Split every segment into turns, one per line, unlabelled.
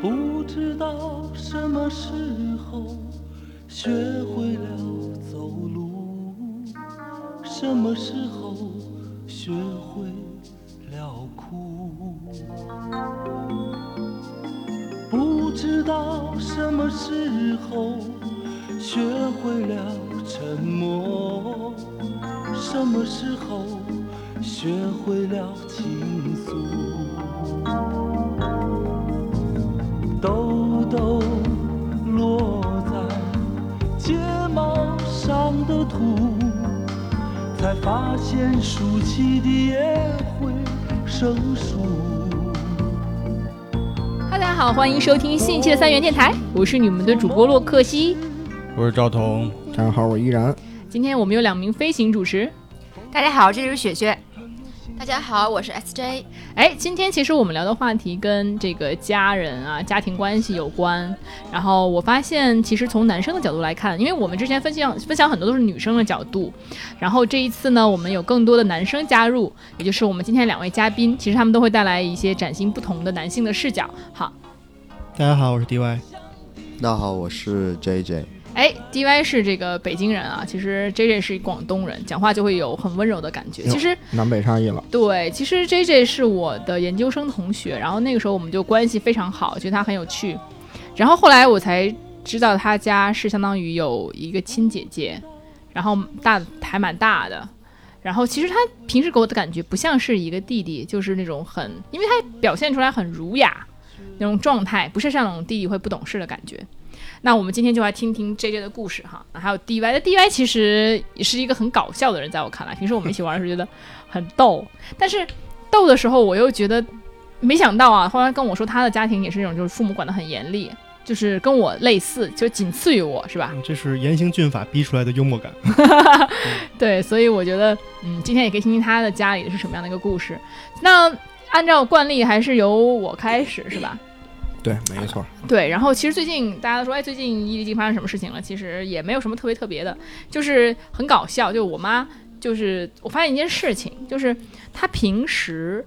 不知道什么时候学会了走路，什么时候学会了哭。不知道什么时候学会了沉默，什么时候学会了倾诉。豆豆落在睫毛上的土，才发现熟悉的也会生疏。
哈喽，大家好，欢迎收听新一期的三元电台，我是你们的主播洛克西。
我是赵彤，
大家好，我依然。
今天我们有两名飞行主持，
大家好，这里是雪雪。
大家好，我是 SJ。
哎，今天其实我们聊的话题跟这个家人啊、家庭关系有关。然后我发现，其实从男生的角度来看，因为我们之前分享分享很多都是女生的角度，然后这一次呢，我们有更多的男生加入，也就是我们今天两位嘉宾，其实他们都会带来一些崭新不同的男性的视角。好，
大家好，我是 DY。
大家好，我是 JJ。
哎，D Y 是这个北京人啊，其实 J J 是广东人，讲话就会有很温柔的感觉。
哟
其实
南北差异了，
对，其实 J J 是我的研究生同学，然后那个时候我们就关系非常好，觉得他很有趣。然后后来我才知道他家是相当于有一个亲姐姐，然后大还蛮大的。然后其实他平时给我的感觉不像是一个弟弟，就是那种很，因为他表现出来很儒雅那种状态，不是像那种弟弟会不懂事的感觉。那我们今天就来听听 J J 的故事哈，那还有 D Y 的 D Y 其实也是一个很搞笑的人，在我看来，平时我们一起玩的时候觉得很逗，但是逗的时候我又觉得没想到啊，后来跟我说他的家庭也是那种就是父母管得很严厉，就是跟我类似，就仅次于我是吧？
啊这是严刑峻法逼出来的幽默感。
对，所以我觉得嗯，今天也可以听听他的家里是什么样的一个故事。那按照惯例还是由我开始是吧？
对，
哎
没 错。
对，然后其实最近大家都说，哎，最近伊犁地发生什么事情了？其实也没有什么特别特别的，就是很搞笑。就我妈，就是我发现一件事情，就是她平时，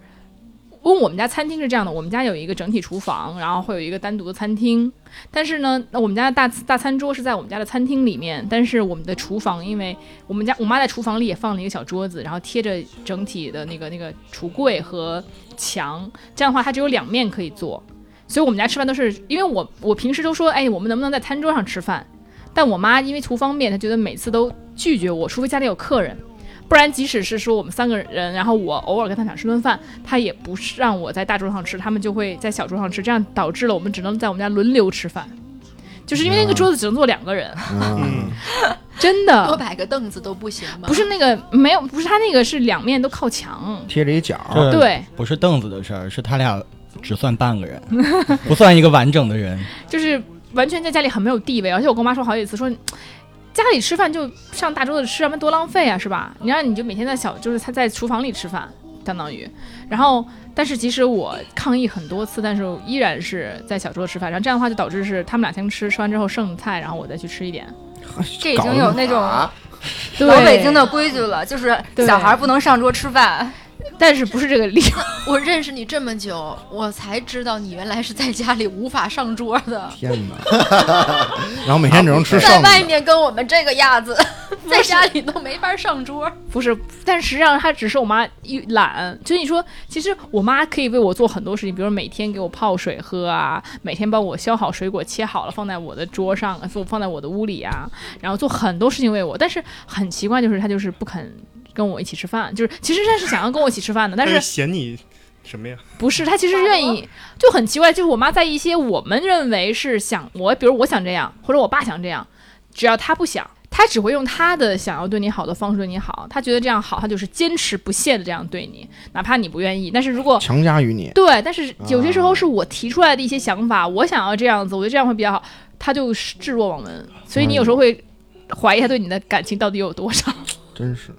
因为我们家餐厅是这样的，我们家有一个整体厨房，然后会有一个单独的餐厅。但是呢，那我们家的大大餐桌是在我们家的餐厅里面，但是我们的厨房，因为我们家我妈在厨房里也放了一个小桌子，然后贴着整体的那个那个橱柜和墙，这样的话它只有两面可以坐。所以我们家吃饭都是因为我我平时都说，哎，我们能不能在餐桌上吃饭？但我妈因为图方便，她觉得每次都拒绝我，除非家里有客人，不然即使是说我们三个人，然后我偶尔跟她想吃顿饭，她也不是让我在大桌上吃，他们就会在小桌上吃，这样导致了我们只能在我们家轮流吃饭，就是因为那个桌子只能坐两个人，
嗯，
真
啊
多
的
摆个凳子都不行吗？
不是那个没有，不是他那个是两面都靠墙，
贴着一角，
嗯
这
对，
不是凳子的事儿，是他俩只算半 个人，不算一个完整的人。
就是完全在家里很没有地位。而且我跟我妈说好几次，说你家里吃饭就上大桌子吃，要不然多浪费啊，是吧？你让你就每天在小，就是他在厨房里吃饭，相当于。然后，但是即使我抗议很多次，但是依然是在小桌子吃饭。然后这样的话就导致是他们俩先吃，吃完之后剩菜，然后我再去吃一点。
这已经有那种
对
老北京的，规矩了，就是
对
小孩不能上桌吃饭。
但是不是这个理
我认识你这么久，我才知道你原来是在家里无法上桌的，
天 哪！然后每天只能吃
在
剩
外
的。
面跟我们这个样 子，在家里都没法上桌。
不是，但实际上她只是我妈一懒。就是你说，其实我妈可以为我做很多事情，比如每天给我泡水喝啊，每天帮我削好水果切好了放在我的桌上，呃放在我的屋里啊，然后做很多事情为我。但是很奇怪，就是她就是不肯跟我一起吃饭，就是其实她是想要跟我一起吃饭的，但是
嫌你什么呀？
不是，他其实愿意，就很奇怪，就是我妈在一些我们认为是想我，比如我想这样，或者我爸想这样，只要他不想，他只会用他的想要对你好的方式对你好，他觉得这样好，他就是坚持不懈的这样对你，哪怕你不愿意。但是如果
嗯
强加于你，
对，但是有些时候是我提出来的一些想法，我想要这样子，我觉得这样会比较好，他就是置若罔闻，所以你有时候会怀疑他对你的感情到底有多少。
真是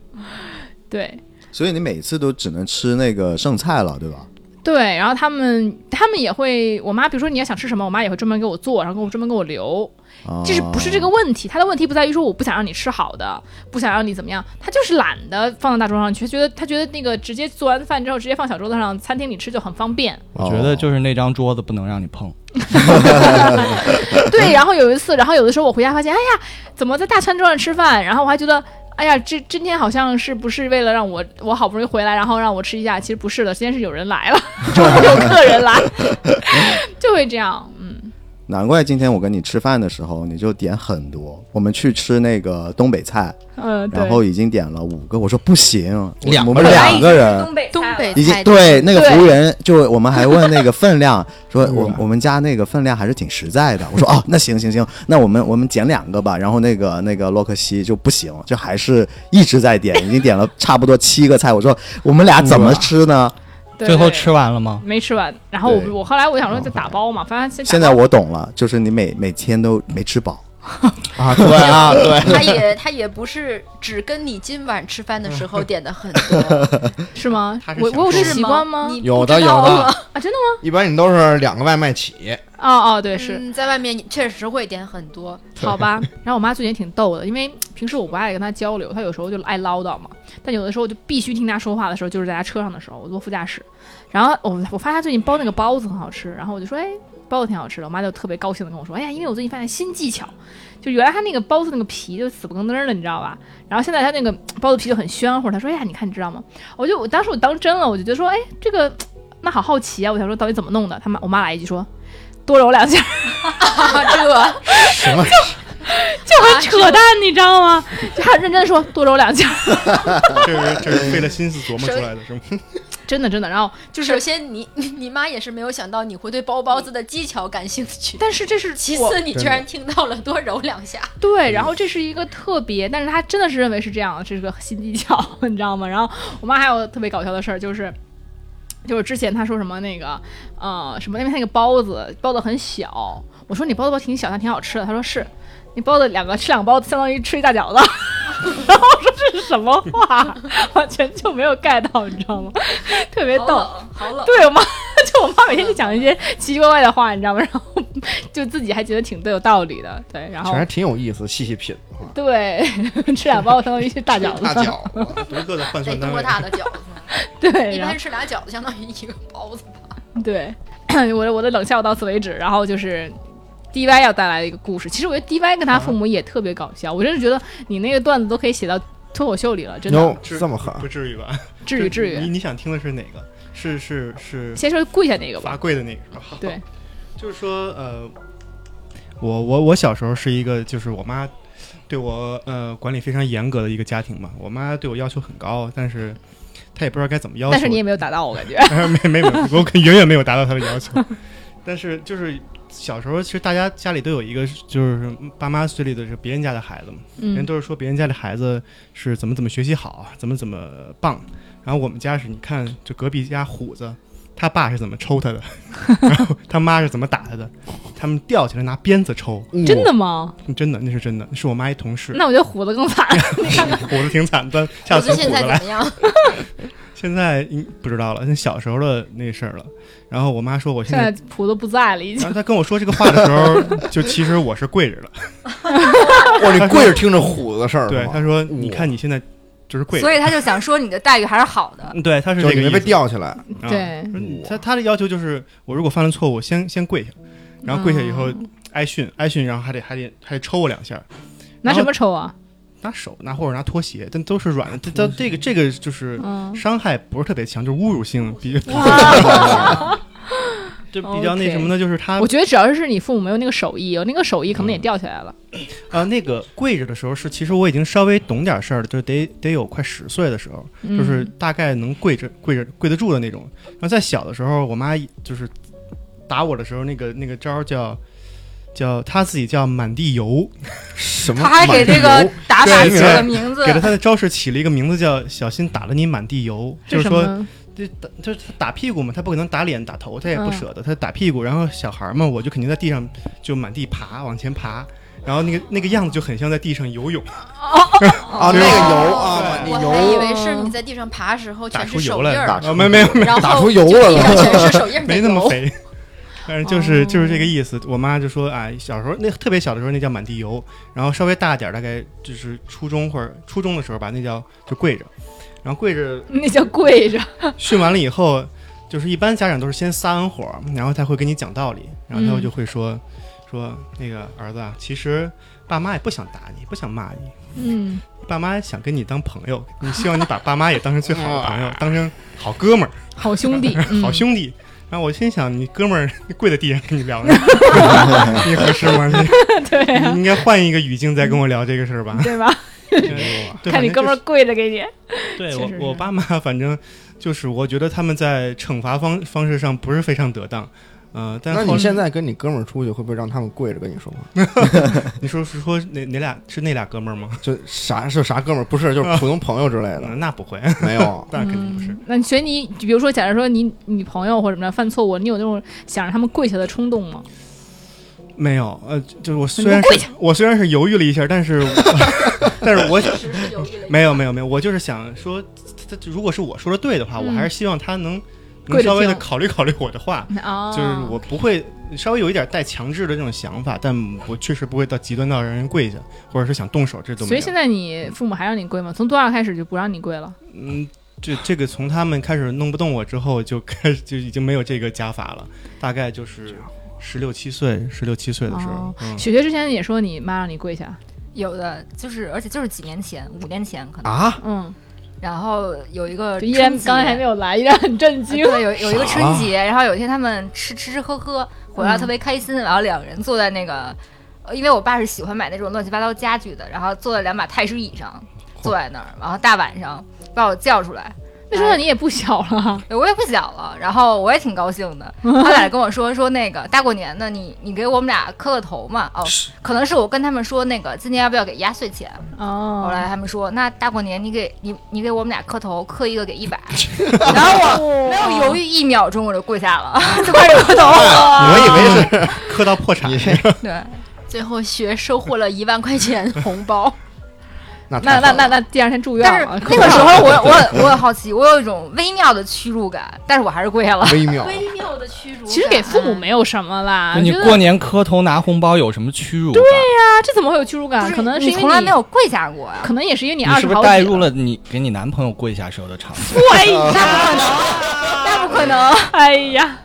对，
所以你每次都只能吃那个剩菜了，对吧？
对，然后他们他们也会，我妈比如说你要想吃什么，我妈也会专门给我做，然后给我专门给我留。就是
啊
不是这个问题，她的问题不在于说我不想让你吃好的，不想让你怎么样，她就是懒得放到大桌上去，觉得她觉得那个直接做完饭之后直接放小桌子上，餐厅里吃就很方便。
哦？
我觉得就是那张桌子不能让你碰。
哦对，然后有一次，然后有的时候我回家发现，哎呀，怎么在大餐桌上吃饭？然后我还觉得，哎呀，这今天好像是不是为了让我我好不容易回来，然后让我吃一下？其实不是的，今天是有人来了， 中午有客人来， 就会这样。嗯，
难怪今天我跟你吃饭的时候，你就点很多。我们去吃那个东北菜，
呃，对
然，后已经点了五个，我说不行，
两
我
个
们
人
两个人
东北
东北
已经
菜
对那个
对
服务员就我们还问那个分量，说我我们家那个分量还是挺实在的。我说哦，那行行行，那我们我们减两个吧。然后那个那个洛克西就不行，就还是一直在点，已经点了差不多七个菜。我说我们俩怎么吃呢？
对
最后
对
吃完了吗？
没吃完，然后我
对
我后来我想说就打包嘛，反正先打
现在
包
我懂了，就是你每每天都没吃饱。
啊，对啊，对。
他也他也不是只跟你今晚吃饭的时候点的很 多，
是吗
他？是
我
想
我有这
是
习惯吗？
你
有
不
的
知
有
道
的
吗，
啊，真的吗？
一般你都是两个外卖起，
哦哦，对，是。
嗯，在外面你确实会点很多，
好吧，然后我妈最近也挺逗的，因为平时我不爱跟她交流，她有时候就爱唠叨嘛。但有的时候我就必须听她说话的时候，就是在她车上的时候，我坐副驾驶。然后我 我发现她最近包那个包子很好吃，然后我就说，哎，包子挺好吃的。我妈就特别高兴的跟我说，哎呀，因为我最近发现新技巧，就原来她那个包子那个皮就死不更登儿的，你知道吧？然后现在她那个包子皮就很暄乎，她说，哎呀，你看你知道吗？我就我当时我当真了，我就觉得说，哎，这个妈好好奇啊，我想说到底怎么弄的。她妈我妈来一句说，多揉两下。
什么
就很扯淡，你知道吗？ 就很认真的说多揉两下，
这是这是费了心思琢磨出来的，是吗？
真的真的。然后就
首
是，
先你， 你你妈也是没有想到你会对包包子的技巧感兴趣，
但是这是
其
我
次你居然听到了多揉两下，
对，然后这是一个特别，但是他真的是认为是这样，这是个新技巧，你知道吗？然后我妈还有特别搞笑的事儿，就是。就是之前她说什么那个，呃，什么因为她那个包子包的很小，我说你包子包挺小，但挺好吃的。她说是，你包子两个吃两个包子相当于吃一大饺子。 然后我说这是什么话， 完全就没有 get 到，你知道吗？特别
好
逗。
冷，好 冷。
对我妈， 就我妈每天就讲一些奇奇怪怪的话，你知道吗？然后就自己还觉得挺对有道理的，对，然
其
后
实还挺有意思，细细品的话。
对吃两包相当于是大饺
大
子，
饺 子，独特的换
得
算单
多
位。
大的饺子？
对，
一
然后
般吃俩饺子相当于一个包子吧。
对， 我的我的冷笑到此为止，然后就是。D Y 要带来的一个故事，其实我觉得 D Y 跟他父母也特别搞笑，我真是觉得你那个段子都可以写到脱口秀里了，真的，
哟
这么狠啊
不至于吧？
至于
就
至
你
于。
你想听的是哪个？是是是
先说跪下那个
罚
吧，
跪的那个是吧？
对，
就是说呃，我我我小时候是一个就是我妈对我呃管理非常严格的一个家庭嘛，我妈对我要求很高，但是她也不知道该怎么要求我。
但是你也没有打到我感觉，
没没没，我可远远没有达到他的要求。但是就是小时候，其实大家家里都有一个，就是爸妈嘴里的是别人家的孩子嘛，人
嗯
都是说别人家的孩子是怎么怎么学习好，怎么怎么棒。然后我们家是，你看，就隔壁家虎子，他爸是怎么抽他的，然后他妈是怎么打他的，他们吊起来拿鞭子抽，嗯
真的 吗？
真的那是真的，是我妈一同事，
那我觉得虎子更惨，
虎 子挺惨，但下
饺
次
子
请
现
虎
在
子来
怎。么 样？
现在应不知道了，那小时候的那事儿了。然后我妈说，我现
现 在虎子不在了已
然
经。
后他跟我说这个话的时候，就其实我是 跪着的。
哇，你跪着听着虎子的事儿
对，他说：“你
哇
看你现在就是跪着。
所以他就想说你的待遇还是好的。”
对，他是
就
这
是
个
你
意
没
思
被。吊起来，
啊
对，
说你他他的要求就是，我如果犯了错误，先先跪下，然后跪下以后挨训，挨训，然后还得还得还得抽我两下，
拿
然后
什么抽啊？
拿手拿或者拿拖鞋，但都是软的。这这这个这个就是
嗯，
伤害不是特别强，就是侮辱性比较，就比 较那什么呢？就是他
我觉得只要是你父母没有那个手艺，有那个手艺可能也吊起来了。
啊，那个跪着的时候是，其实我已经稍微懂点事儿了，就得得有快十岁的时候，
嗯
就是大概能跪着跪着跪得住的那种。然后在小的时候，我妈就是打我的时候，那个那个招儿叫叫她自己叫满地游，
什么
他还给这个打法
对
起了名字
给，了她的招式起了一个名字叫“小心打了你满地游”，
这
就是是
什么
说这打就是她打屁股嘛，她不可能打脸打头，她也不
嗯
舍得，她打屁股。然后小孩儿嘛，我就肯定在地上就满地爬往前爬，然后那个那个样子就很像在地上游泳，
啊，那个油啊，你
我还以
油
为是你在地上爬的时候
打
全
出
是
油
手
来
印
了，
儿，
啊没没有没有
然后
打出油来了，
地上全是手印儿，
没那么
油。
肥，但是
哦
就是就是这个意思。我妈就说啊，小时候那特别小的时候那叫满地游，然后稍微大点儿，大概就是初中或者初中的时候吧，那叫就跪着，然后跪着
那叫跪着。
训完了以后，就是一般家长都是先撒完火，然后他会跟你讲道理，然后他
嗯
就会说、说那个儿子啊，其实爸妈也不想打你，不想骂你，
嗯，
爸妈想跟你当朋友，你希望你把爸妈也当成最好 的朋友，当成好哥们儿、
好兄弟，嗯
好兄弟。然后我心想，你哥们儿跪在地上跟你聊呢， 你合适吗？你
对啊
你应该换一个语境再跟我聊这个事儿吧。
对啊吧？
对
看你哥们儿，跪着给你，
反正
确
就是
实
对
是
我我爸妈， 反正就是我觉得他们在惩罚方方式上不是非常得当。呃，但
那
后
你
来
现在跟你哥们儿出去，会不会让他们跪着跟你说话？
你说是说哪哪俩是那俩哥们儿吗？
就啥是啥哥们儿，不是就是普通朋友之类的，
嗯那不会，
没有。
那肯定不是。
嗯那所以你比如说，假如说你女朋友或者什么的犯错误，你有那种想让他们跪下的冲动吗？
没有，呃，就是我
你
虽然
给我跪
是我虽然是犹豫了一下，但是但是我
确实是犹豫了一下。
没有没有没有，我就是想说，他如果是我说的对的话，我
嗯
还是希望他能
跪着
能稍微的
听
考虑考虑我的话，
哦
啊，
就是我不会稍微有一点带强制的这种想法，但我确实不会到极端到让人跪下，或者是想动手，这都
所
没
以
有
现。在你父母还让你跪吗？从多少开始就不让你跪了？
嗯，这这个从他们开始弄不动我之后，就开始就已经没有这个家法了，大概就是十六七岁，十六七岁的时候
哦，
嗯，
雪雪之前也说你妈让你跪下，
有的就是，而且就是几年前，五年前可能。
啊，
嗯，
然后有一个
依然
春节
刚才还没有来，依然很震惊。
对，有有一个春节，然后有一天他们吃吃吃喝喝，回来
嗯
特别开心，然后两个人坐在那个，呃因为我爸是喜欢买那种乱七八糟家具的，然后坐在两把太师椅上，坐在那儿，然后大晚上把我叫 出来，哎
那时候你也不小了，
我也不小了，然后我也挺高兴的。他俩跟我说说那个大过年的，你你给我们俩磕个头嘛。哦，可能是我跟他们说那个今年要不要给压岁钱，后
哦，
来他们说那大过年你给你你给我们俩磕头，磕一个给一 百。然后我没有犹豫一秒钟，我就跪下了，就开始磕头。
我以为是磕到破产。
对，
最后学收获了一万块钱红包，
那
那太
那
好了
那那第二天住
但
院
是
了，
那个时候我我我很好奇，我有一种微妙的屈辱感，但是我还是跪下了。
微妙，
微妙的屈辱感。
其实给父母没有什么啦，
就嗯你
觉得
过年磕头拿红包有什么屈辱？对 呀、
啊，这怎么会有屈辱感？可能是
你
因为
从来没有跪下过呀、
可能也是因为你
你
二
是
十
不是
好
带
几
入了你给你男朋友跪下时候的场景？
对呀，
那不可能。
哎呀，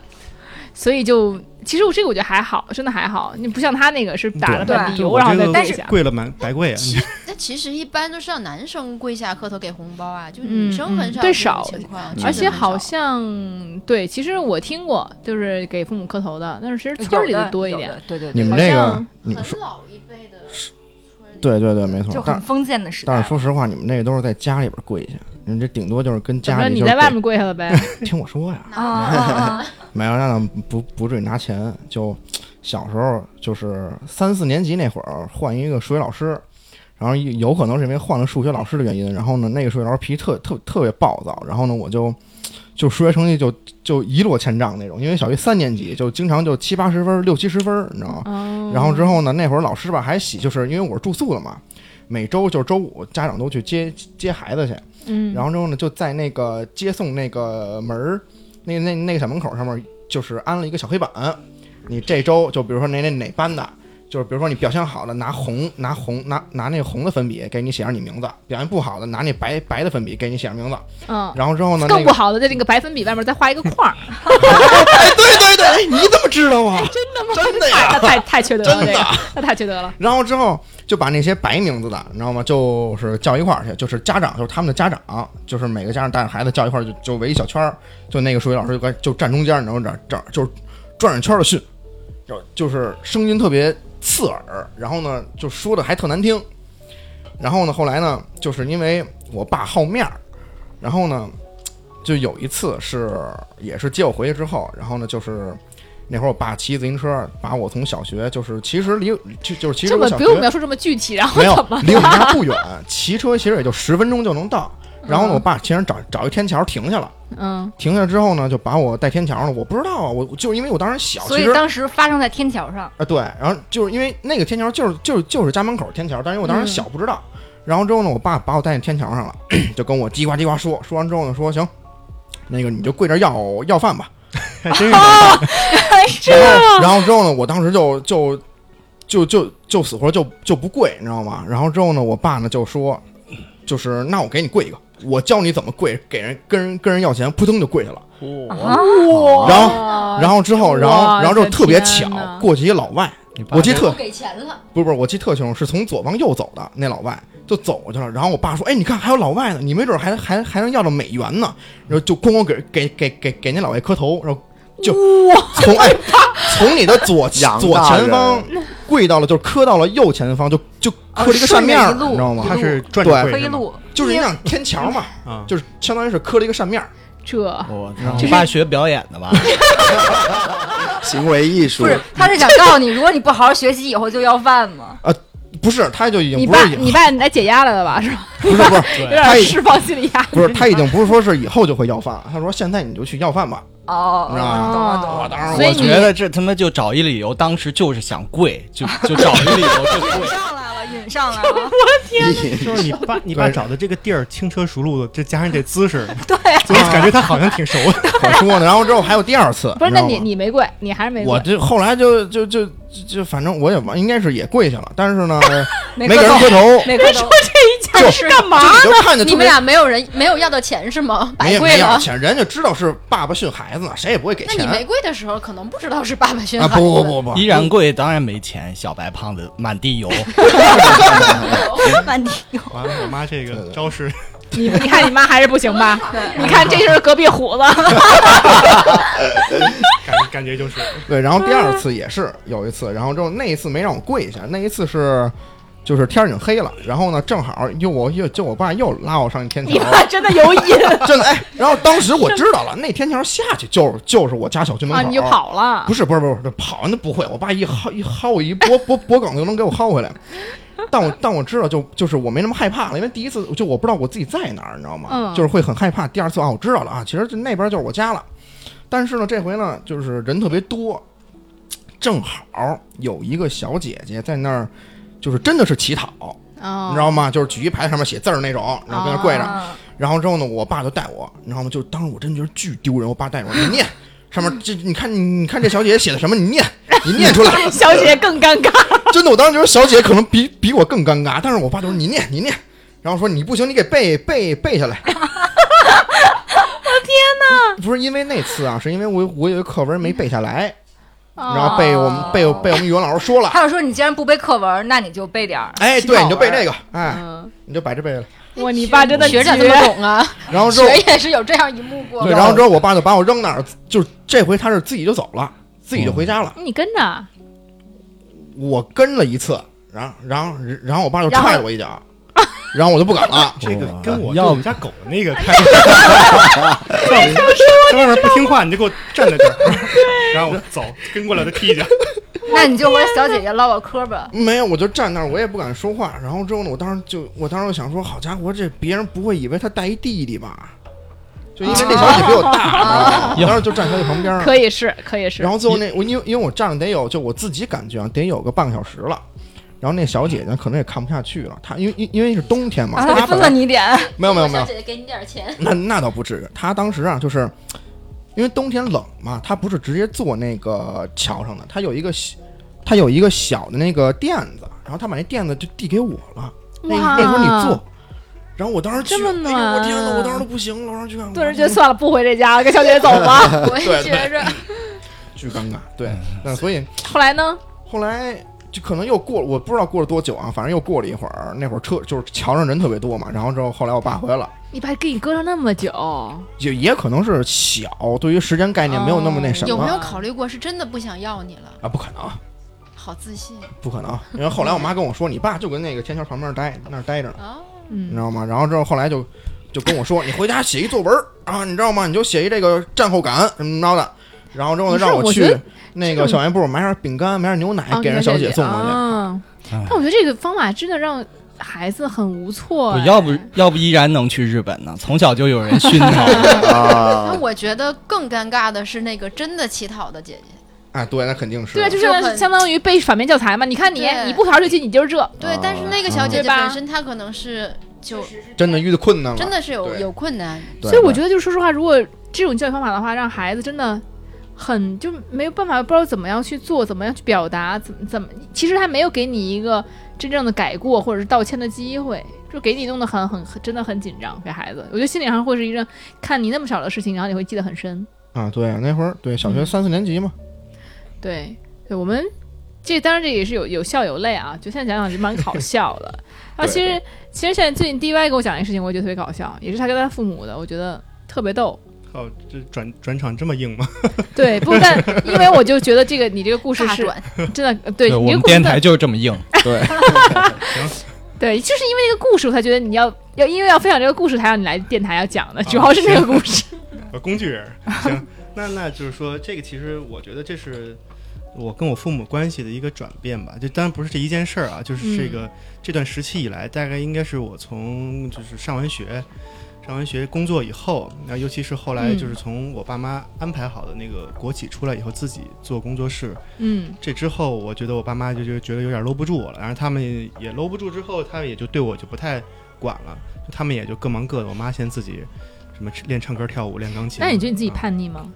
所以就其实我这个我觉得还好，真的还好，你不像他那个是打了
对
半地
对
油
我
然后
这
再
个
跪下。
跪了蛮白 跪啊！
那其实一般都是让男生跪下磕头给红包啊，就是
嗯
女生很
嗯
少
对
有这
少
种情况，
而
真的
且
很
好
少
像对，其实我听过，就是给父母磕头的，但是其实村儿里
有
的多一
有
点
的。对对对，
你们这
好
个
像，
你说
很老一辈的村里
对对对，没
就
错。
很
但
封建的时代。
但是说实话，你们那个都是在家里边跪下，你这顶多就是跟
怎
家
么着
里
你
就是
在外面跪下了呗？
跪听我说呀，
哦
啊啊 啊！
没有让他们不不至于拿钱。就小时候就是三四年级那会儿换一个数学老师，然后有可能是因为换了数学老师的原因，然后呢那个数学老师脾气特特特别暴躁，然后呢我就就数学成绩就就一落千丈那种，因为小学三年级就经常就七八十分儿六七十分儿，你知道吗？
哦
然后之后呢，那会儿老师吧还喜，就是因为我是住宿的嘛，每周就是周五家长都去接接孩子去，
嗯，
然后之后呢就在那个接送那个门儿，那那那个小门口上面就是安了一个小黑板，你这周就比如说哪哪哪班的。就是比如说你表现好的拿红拿红拿拿那个红的粉笔给你写上你名字，表现不好的拿那白白的粉笔给你写上名字。
嗯，
然后之后呢，
更
那
不
个
好的在那个白粉笔外面再画一个 框儿，
哎，对对对，哎你怎么知道啊？
真的吗？真的 呀，那太太缺德了，这个那太缺德了。
然后之后就把那些白名字的，你知道吗？就是叫一块儿去，就是家长，就是他们的家长，就是每个家长带着孩子叫一块儿，就就围一小圈儿，就那个数学老师就该就站中间，你知道吗？这这就是转着圈儿的训，就就是声音特别刺耳，然后呢就说的还特难听。然后呢，后来呢，就是因为我爸好面儿，然后呢，就有一次是也是接我回去之后，然后呢就是。那会儿我爸骑自行车把我从小学就是其实离就就是其实
这
我
么
小
不
学
用我们要说这么具体，然后
没有
怎么，
离我们家不远，骑车其实也就十分钟就能到。然后呢，我爸其实找找一天桥停下了，
嗯
停下之后呢，就把我带天桥了。我不知道啊，我我就是因为我当时小，
所
其
以
实
当时发生在天桥上，
啊，对，然后就是因为那个天桥就是就是就是家门口天桥，但是我当时小不知道。然后之后呢，我爸把我带进天桥上了， 就跟我叽呱叽呱说，说完之后呢，说行，那个你就跪这儿要要饭吧。
还真是
然后然后之后呢，我当时就就就就就死活就就不跪，你知道吗？然后之后呢，我爸呢就说，就是那我给你跪一个，我教你怎么跪，给人跟人跟人要钱，扑通就跪下了。然后
哦
然后之后，然后然后就特别巧，过去一老外，
你爸
我记得 特
不给钱了，
不是不是，我记得特清楚，是从左往右走的那老外就走过去了。然后我爸说：“哎，你看还有老外呢，你没准还还还能要到美元呢。”然后就咣咣给给给给给那老外磕头，然后就从哎从你的左
杨
左
大
前方跪到了，就磕到了右前方，就就磕了一个扇面
哦
儿，
顺着一路
你知道吗？
他是转
对
着
黑
跪的，
路
就是那样天桥嘛，
啊，
就是相当于是磕了一个扇面儿。
这
我操，你爸学表演的吧？
行为艺术
不是，他是想告诉你，如果你不好好学习，以后就要饭 嘛。
不是，他就已经
你
不
爸
是以
你爸来解压来了吧？是吧？
不是不是，
有
他
点
已
释放心理压力。
不是他已经不是说是以后就会要饭了，他说现在你就去要饭吧。
哦，
你知道吗
懂了懂了。。
当 然
所以
我
你
觉得这他妈就找一理由，当时就是想跪，就就找一理由就跪
上来了，引上 来了，
就是你爸你爸
对
找的这个地儿轻车熟路的，这加上这姿 势，
对，
就感觉他好像挺熟 的。
可说呢。然后之后还有第二次，
不是，
知
那
道
你
吗
你没跪，你还是没跪
我，这后来就就就就就反正我也忘，应该是也跪下了，但是呢没
没
给人
磕
磕头，
没磕头，
就
事
干嘛？
就你就看着
你
特
们
别。
俩没有人没有要到钱是吗？
没
白
有
跪
没有
了。
钱，人家知道是爸爸训孩子呢，谁也不会给
那
钱。
你没跪的时候，可能不知道是爸爸训
啊
孩子。
不不不不，
依然跪，当然没钱。小白胖子满地游，
满地有。
完了，我妈这个招式，
你你看你妈还是不行吧？你看这就是隔壁虎子，
感感觉就是
对，然后第二次也是有一次，然后之后那一次没让我跪下，那一次是就是天儿已经黑了，然后呢正好又我又就我爸又拉我上天桥
你，妈真的有瘾
真的哎，然后当时我知道了，那天桥下去就是就是我家小区门
啊！
口，
你就跑了
不，是不是不是不是跑那不会，我爸一薅一薅我一脖脖脖梗就能给我薅回来。但我但我知道就就是我没那么害怕了，因为第一次就我不知道我自己在哪儿，你知道吗？
嗯
就是会很害怕。第二次啊，我知道了啊，其实就那边就是我家了。但是呢，这回呢就是人特别多，正好有一个小姐姐在那儿，就是真的是乞讨，你
你
知道吗？就是举一牌上面写字儿那种，然后跟那儿跪
哦
着。
嗯
啊
然后之后呢，我爸就带我，你知道吗？就当时我真觉得巨丢人，我爸带着我，你 念上面这，你看你你看这小姐姐写的什么？你 念，你念出来。
小姐更尴尬，
真的，我当时觉得小姐姐可能比比我更尴尬，但是我爸就说你念，你念，然后说你不行，你给背背背下来。 我天哪！不是因为那次啊，是因为我我有一个课文没背下来，然后被我们被我被我们语文老师 说了。
还有说你既然不背课文，那你就背点儿。
哎，对，你就背这个，哎，
嗯，
你就摆这背了。
哇，你爸真的
学长这
绝
么懂啊？
然后之后
学也是有这样一幕过
对，
的。
然后之后我爸就把我扔那儿，就是这回他是自己就走了，自己就
嗯
回家了。
你跟着，
嗯我跟了一次，然后然后然后我爸就
然后
踹了我一脚，然后我就不敢了。
这个跟我对
要
我们家狗的那个太，在我们在外面不听话，你就给我站在这儿，然后我走，跟过来再踢一脚。
那你就和小姐姐唠唠嗑吧。
没有，我就站那儿，我也不敢说话。然后之后呢，我当时就，我当时就想说，好家伙，这别人不会以为他带一弟弟吧？就因为那小姐比我
啊
大，你知道吗我当时就站小姐旁边儿。
可以是，可以是
然，后最后那我因为因为我站了得有就我自己感觉啊，得有个半个小时了。然后那小姐
嗯
姐可能也看不下去了，她因为因因为是冬天嘛，
啊，
她
分
本
了
来
你点，
没有没有没有
小，姐姐给你点钱，
那那倒不至于。他当时啊，就是因为冬天冷嘛，他不是直接坐那个桥上的，他有一个小，他有一个小的那个垫子，然后他把那垫子就递给我了。那
哇
那时候你坐，然后我当时去，
这么
哎呦我天哪，
暖
我当时都不行了，我当时去看，
顿时觉得算了，不回这家了，跟小姐姐走吧。
我也觉着
巨尴尬。对，那所以
后来呢？
后来就可能又过了，我不知道过了多久啊，反正又过了一会儿，那会儿车就是桥上人特别多嘛，然后之后后来我爸回来了。
你爸给你搁上那么久，
也也可能是小，对于时间概念没有那么那什么、
有没有考虑过是真的不想要你了？
啊？不可能，
好自信
不可能，因为后来我妈跟我说，你爸就跟那个天桥旁边待那儿待着呢，
啊！
你知道吗？然后之后后来就就跟我说，你回家写一作文儿啊，你知道吗？你就写一这个战后感怎么着的。然后之后呢，
不是
让
我觉
去
得
那个小卖部买点饼干，买点牛奶，
啊
给人小姐送过去。
啊但我觉得这个方法真的让孩子很无措、
我
哎，
要不要不依然能去日本呢？从小就有人熏陶，
那
啊，
我觉得更尴尬的是那个真的乞讨的姐姐，
啊，对，那肯定是。
对啊，就
就是很
相当于被反面教材嘛。你看你，
对
你不考这题，你就是这，
对，但是那个
嗯
小姐
对
姐
吧
本身她可能是就
真的遇到困难了，
真的是有
对
有困难，
所以我觉得，
得
就是说实话，如果这种教育方法的话，让孩子真的很就没有办法，不知道怎么样去做，怎么样去表达，怎么怎么，其实他没有给你一个真正的改过或者是道歉的机会，就给你弄得很很很真的很紧张，给孩子，我觉得心理上会是一个看你那么少的事情，然后你会记得很深。
啊，对，那会儿对小学三四年级嘛，
对，对我们这当然这也是有有笑有泪啊，就现在想想就蛮搞笑的。然后其实其实现在最近 DY 给我讲一个事情，我觉得特别搞笑，也是他跟他父母的，我觉得特别逗。
哦，这转转场这么硬吗？
对，不但因为我就觉得这个你这个故事
大
是
转。
真的，呃对
我
你这个
们
故事
电
的
台就是这么硬。
对，就是因为这个故事，我才觉得你要要因为要分享这个故事，才让你来电台要讲的，主要是这个故事。
呃，工具人儿。行，那那就是说，这个其实我觉得这是我跟我父母关系的一个转变吧。就当然不是这一件事儿啊，就是这个、这段时期以来，大概应该是我从就是上完学。上完学工作以后，那尤其是后来
嗯
就是从我爸妈安排好的那个国企出来以后，自己做工作室，
嗯
这之后，我觉得我爸妈就就觉得有点搂不住我了，然后他们也搂不住，之后他们也就对我就不太管了，就他们也就各忙各的。我妈先自己什么练唱歌、跳舞、练钢琴。
那你觉得你自己
啊
叛逆吗？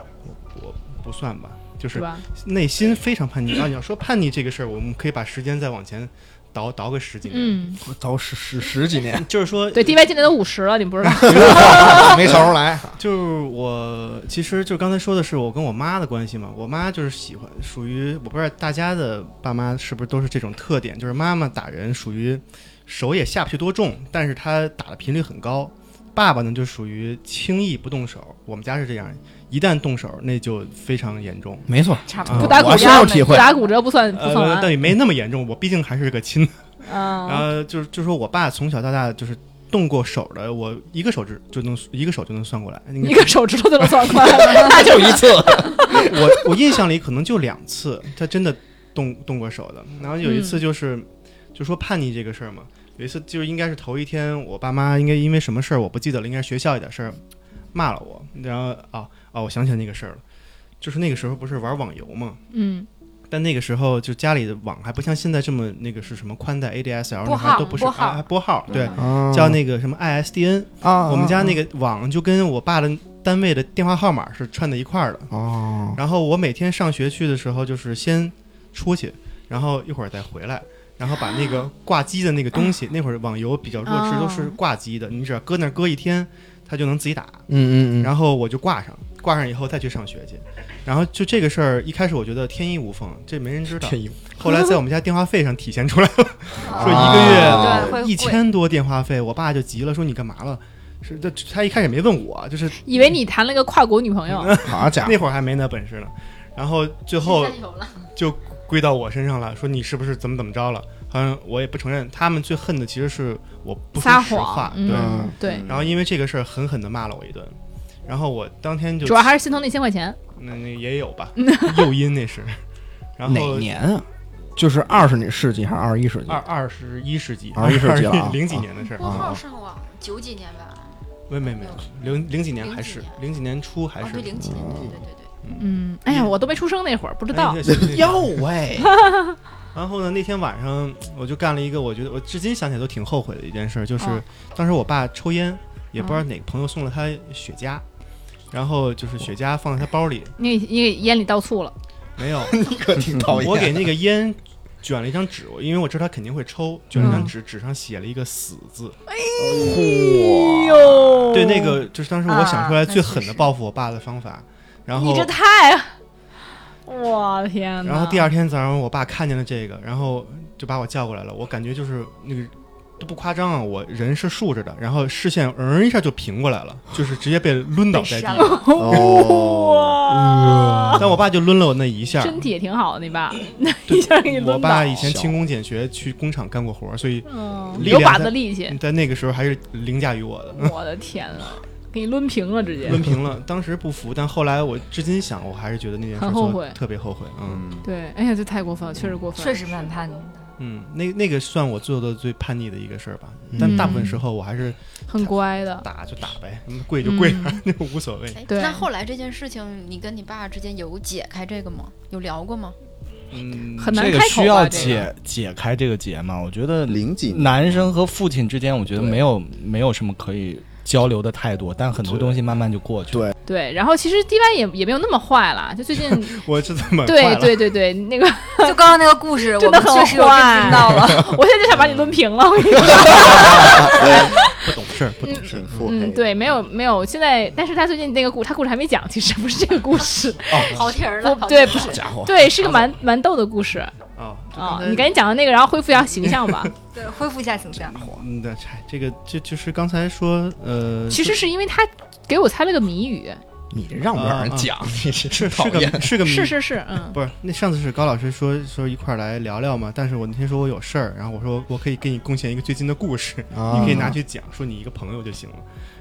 不算吧？就是是
吧？
内心非常叛逆啊！你要说叛逆这个事儿，我们可以把时间再往前倒倒个十几年。
嗯，
早十十十几年
就是说，
对，DY 今年都五十了，你不知道？
啊没瞧出 来，
就是我其实就刚才说的是我跟我妈的关系嘛，我妈就是喜欢属于我不知道大家的爸妈是不是都是这种特点，就是妈妈打人属于手也下不去多重，但是她打的频率很高。爸爸呢就属于轻易不动手，我们家是这样，一旦动手那就非常严重。
没错，
差不
啊
多。
不打骨
我深
折，
有体
不
会
打骨折不算嗯不算
呃，
完。
但也没那么严重，我毕竟还是个亲。然
嗯，
后呃就是就是说我爸从小到大就是动过手的，我一个手指就能一个手就能算过来。应该
一个手指头都能算过来， 那就一次。
我 我印象里可能就两次，他真的动动过手的。然后有一
嗯
次就是，就说叛逆这个事儿嘛，有一次就是应该是头一天，我爸妈应该因为什么事儿我不记得了，应该是学校一点事儿骂了我。然后啊啊，我想起来那个事儿了，就是那个时候不是玩网游嘛，
嗯，
但那个时候就家里的网还不像现在这么那个是什么宽带 ADSL，
拨
那还
号
都不是
拨号嗯
啊还拨号对，
啊
叫那个什么 ISDN，
啊，
我们家那个网就跟我爸的单位的电话号码是串在一块儿的。
哦，
然后我每天上学去的时候，就是先出去，然后一会儿再回来，然后把那个挂机的那个东西，那会儿网游比较弱智，
哦
都是挂机的，你只要搁那儿搁一天，它就能自己打。
嗯嗯嗯，
然后我就挂上，挂上以后再去上学去。然后就这个事儿，一开始我觉得天衣无缝，这没人知道。
天佑
后来在我们家电话费上体现出来了，
哦
说
啊
一个月哦
啊
对，会
一
会
千多电话费，我爸就急了，说你干嘛了？是，这他一开始也没问我，就是
以为你谈了个跨国女朋友，
好家伙
那会儿还没那本事呢。然后 最后
牵手了
归到我身上了，说你是不是怎么怎么着了？好像我也不承认。他们最恨的其实是我不说
撒
实话
谎，，
对。
嗯，对，
然后因为这个事儿狠狠的骂了我一顿，然后我当天就
主要还是心疼那千块钱。
那那也有 吧，诱因那是。然
哪
后
年啊？
就是二十世纪还是二十一世纪
二？二十一世纪，
21世纪了啊
零几年的事儿，
拨号上网九几年吧，
没没没，零零几年还是
零几
零几年初还
哦
是
对，零几年，对对对对
嗯，哎呀，我都没出生那会儿，不知道
哎。行行 行
哟喂，
然后呢，那天晚上我就干了一个我觉得我至今想起来都挺后悔的一件事，就是
嗯
哦
当时我爸抽烟，也不知道哪个朋友送了他雪茄，然后就是雪茄放在他包里，
你你给烟里倒醋了，
没有，
你可挺讨厌。
我给那个烟卷了一张纸，我因为我知道他肯定会抽，卷了一
嗯
张纸，纸上写了一个死字。
哎呦
对，那个就是当时我想出来
哦啊
最狠
那确
的
实
报复我爸的方法。然
你
后
这，太，我的天哪！
然后第二天早上我爸看见了这个，然后就把我叫过来了。我感觉就是那个。都不夸张啊，我人是竖着的，然后视线嗯一下就平过来了，就是直接被抡倒在地
删
上。
哦，
嗯
哇，
但我爸就抡了我那一下，
身体也挺好的，你爸 一下给你抡
我爸
倒
以前勤工俭学，去工厂干过活儿，所以
嗯
力
有
量
把
在
子力气，
在那个时候还是凌驾于我的。
我的天呐，给你抡平了直接。
抡平了，当时不服，但后来我至今想，我还是觉得那件事
很后悔
做得特别后悔。嗯，
对，哎呀，这太过分了，确实过分。
确，实蛮叛逆的。
嗯，那那个算我做的最叛逆的一个事儿吧。但大部分时候我还是
很乖的。
打就打呗，嗯跪就跪吧， 那、无所谓。
哎，
对
那后来这件事情，你跟你爸之间有解开这个吗？有聊过吗？
嗯，
很难
这个
开口
需要
吧这个
解、解开这个结嘛？我觉得
嗯零几年
男生和父亲之间，我觉得没有没有什么可以交流的太多，但很多东西慢慢就过去了。
对
对，然后其实 DY 也也没有那么坏啦，就最近
我是这么坏
对
了
对对对，那个
就刚刚那个故事，我
真的
们
很
确实有幸
坏
听到了。
我现在就想把你抡平了，我跟你说。
不懂事儿，不懂事儿
挺腹黑
嗯，对，没有没有，现在但是他最近那个故，他故事还没讲，其实不是这个故事，
跑题儿
不
了，跑题
对，
儿
不是，
家伙，
对，是个蛮蛮逗的故事啊、
啊。这刚
哦
才
你赶紧讲到那个，然后恢复一下形 象吧。
对，恢复一下形象。
嗯，对，嗨这个这就是刚才说，呃，
其实是因为他给我猜了个谜语，
你这让不让人讲？你这
是
是讨
啊是
厌。
个 是个谜
是是是，嗯，
不是，那上次是高老师说说一块儿来聊聊嘛，但是我那天说我有事儿，然后我说我可以给你贡献一个最近的故事，
嗯
啊
你可以拿去讲，说你一个朋友就行了。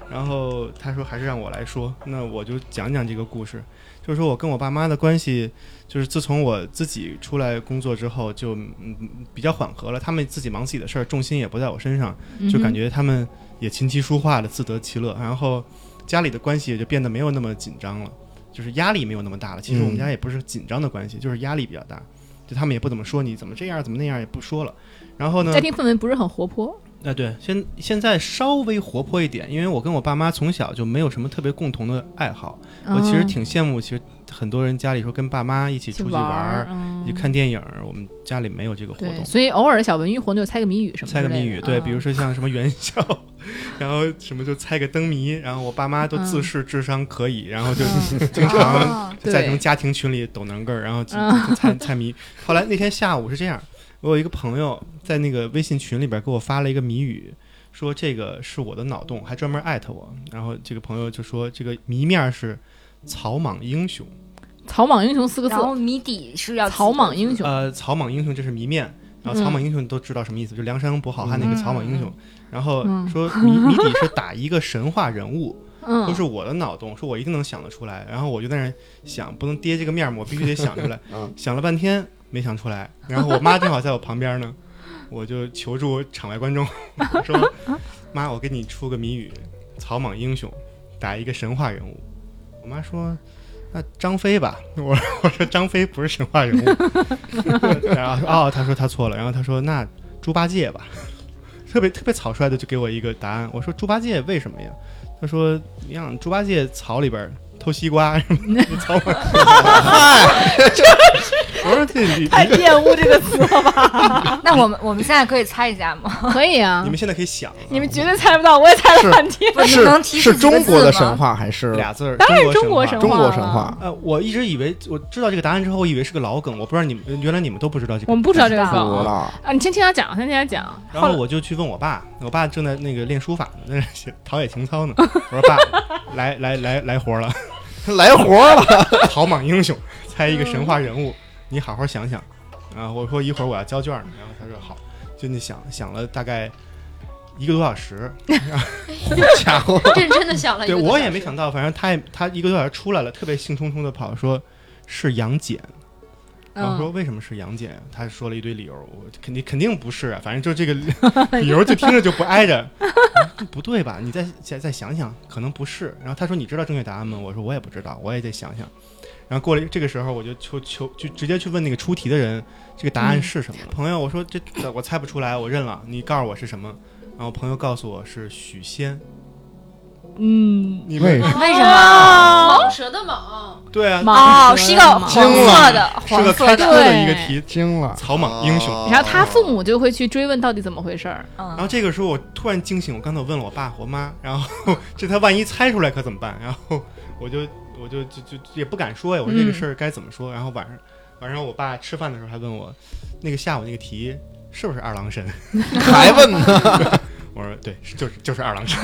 然后他说还是让我来说，那我就讲讲这个故事，就是说我跟我爸妈的关系，就是自从我自己出来工作之后就嗯比较缓和了，他们自己忙自己的事儿，重心也不在我身上，
嗯
就感觉他们也琴棋书画的自得其乐，然后家里的关系也就变得没有那么紧张了，就是压力没有那么大了。其实我
嗯
们家也不是紧张的关系，就是压力比较大，就他们也不怎么说你怎么这样怎么那样也不说了。然后呢
家，庭氛围不是很活泼，
啊对，现现在稍微活泼一点，因为我跟我爸妈从小就没有什么特别共同的爱好，我其实
嗯
挺羡慕，其实很多人家里说跟爸妈一起
去
出去
玩儿，、
儿
嗯
去看电影儿，我们家里没有这个活动
对，。所以偶尔小文娱活动就猜个谜语什么之
猜
类
个
的，
谜语，对，比如
嗯
说像什么元宵， 然后什么就猜个灯谜，然后我爸妈都
嗯
自视智商可以，然后就经常
啊，
在
对
什么家庭群里抖能个儿，然后就
嗯
就猜猜谜。后来那天下午是这样，我有一个朋友在那个微信群里边给我发了一个谜语，说这个是我的脑洞，还专门艾特我。然后这个朋友就说这个谜面是草莽英雄。
草莽英雄四个字
然，后谜底是要
草莽英雄，嗯
呃，草莽英雄这是谜面，然后草莽英雄都知道什么意思，就梁山伯好汉那个草莽英雄。然后
嗯
说谜谜底是打一个神话人物，
嗯
都是我的脑洞，说我一定能想得出来。然后我就在那儿想，不能跌这个面儿嘛，我必须得想出来。想了半天没想出来，然后我妈正好在我旁边呢，我就求助场外观众， 我说：“妈，我给你出个谜语，草莽英雄打一个神话人物。”我妈说：“那张飞吧。” 我我说：“张飞不是神话人物。” 然后说：“哦，她说她错了。”然后她说：“那猪八戒吧。”特别特别草率的就给我一个答案，我说：“猪八戒为什么呀？”她说：“你让猪八戒草里边儿偷西 瓜什么的，你草莽。”我说：“这你
太厌恶这个词了吧？
那我们我们现在可以猜一下 吗？
可以啊
你，们现在可以想了，
你们绝对猜不到，我也猜了 半天。
不是，你能提
是
示
是中国的
几个字吗
神？话还是
俩字儿，
当然是
中
国
神
神
话。
中国
神
神
话
话？
呃，我一直以为我知道这个答案之后，我以为是个老梗，我不知道你们原来你们都不知道这 个。
我们不知道这个
不知
不
梗
知道
啊，你先听他讲，先听他讲。
然后我就去问我爸，我爸正在那个练书法呢，在那 写陶冶情操呢。我说爸，来来来来活了，
来活了，
草莽英雄，猜一个神话人物，你好好想想。啊，我说一会儿我要交卷呢，然后他说好，就那想想了大概一个多小时，
家伙，
认真的啊想了一
对
个，
我也没想到，反正他也他一个多小时出来了，特别兴冲冲的跑说是杨戬。然
嗯
后说为什么是杨戬啊？他说了一堆理由，我肯定肯定不是啊，反正就 这个理由就听着就不挨着， 我说这不对吧？你再再再想想，可能不是。然后他说你知道正确答案吗？我说我也不知道，我也得想想。然后过了这个时候，我就求求就直接去问那个出题的人，这个答
嗯
案是什么了？朋友，我说这这我猜不出来，我认了，你告诉我是什么？然后朋友告诉我是许仙，
嗯，
你啊
为
们
什么
为什么？
蟒蛇的蟒，
对啊，
蟒
哦，
蛇
是一个
嘛
黄色的，
是个
黄
开
色
车
的。
的一个题，啊
惊了，
草莽英雄。
哦
然后他父母就会去追问到底怎么回事儿。
然后这个时候我突然惊醒，我刚才我问了我爸我妈，然后这他万一猜出来可怎么办？然后我就我就就就也不敢说呀，我说这个
嗯
事儿该怎么说？然后晚上晚上我爸吃饭的时候还问我，那个下午那个题是不是二郎神？
还问呢？
我说对，是就是就是二郎神。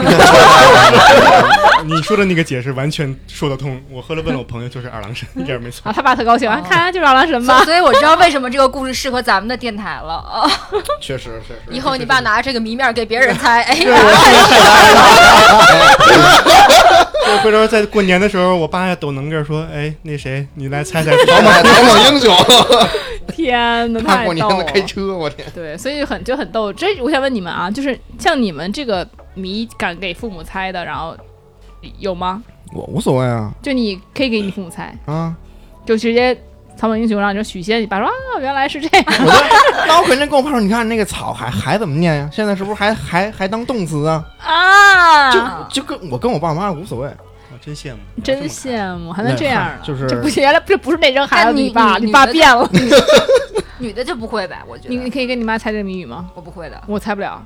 你说的那个解释完全说得通。我后来问了我朋友，就是二郎神，一点儿没错
啊，。他爸特高兴，啊，看来就是二郎神吧
所以。所以我知道为什么这个故事适合咱们的电台了啊！
确实，确实，
以后你爸拿着这个谜面给别人猜，哎，
所以回头在过 年的时候，我爸抖能个说，哎，那谁，你来猜猜
草莽草莽英雄，
天哪，
大
太
过年
逗了！
的开车，我天！
对，所以就很就很逗。这我想问你们啊，就是像你们这个谜敢给父母猜的，然后有吗？
我无所谓啊
就你可以给你父母猜，
啊！
就直接草本英雄，然后你就许仙，你爸说啊，原来是这样。
我就那我肯定跟我爸说，你看那个草还还怎么念呀？现在是不是还还还当动词啊？
啊，
就就跟我跟我爸妈无所谓，
我啊真羡慕，
真羡慕，还能这样呢？
就是
这不行，原来这不是那扔孩子，
但你
你爸，
你
你爸
你
变了。
女的就不会吧？我觉
你你
得
可以跟你妈猜这个谜语吗？
我不会的。
我猜不了。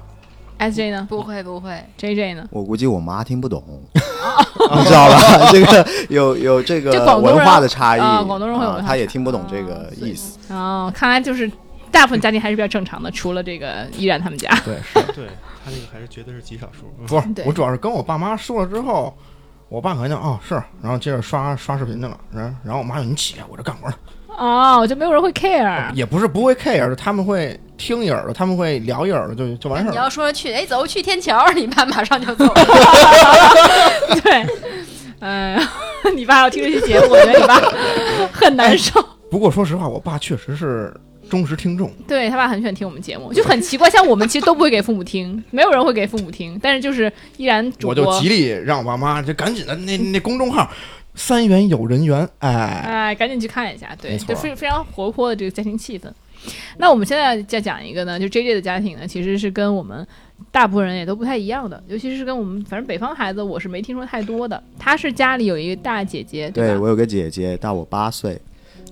S J 呢
不会不会，
？J J 呢？
我估计我妈听不懂，你知道吧？ 这个有有这个
啊就广东人
文化的差异，
啊广东人会有
啊
文化
她也
差
听不懂这个意思。
哦，看来就是大部分家庭还是比较正常的，除了这个依然他们家。
对是。
对他那个还是绝对是极少数。
不是
对，
我主要是跟我爸妈说了之后，我爸肯定哦是，然后接着刷刷视频去了，然然后我妈说你起来，我这干活呢，
哦，就没有人会
哎
care。
也不是不会 care，他们会听一耳朵，他们会聊一耳朵就就完事儿
你
了
要。说去，哎，走，去天桥，你爸马上就走了。
对，嗯、你爸要听这期节目，我觉得你爸很难受。
不过说实话，我爸确实是忠实听众，
对他爸很喜欢听我们节目，就很奇怪，像我们其实都不会给父母听，没有人会给父母听，但是就是依然主
我就
播
极。力让我爸妈就赶紧的那那公众号三元有人缘，哎，
哎，赶紧去看一下，对，
没错
就非非常活泼的这个家庭气氛。那我们现在再讲一个呢，就 J J 的家庭呢，其实是跟我们大部分人也都不太一样的，尤其是跟我们反正北方孩子，我是没听说太多的。他是家里有一个大姐姐，
对
吧？
我有个姐姐大我八岁，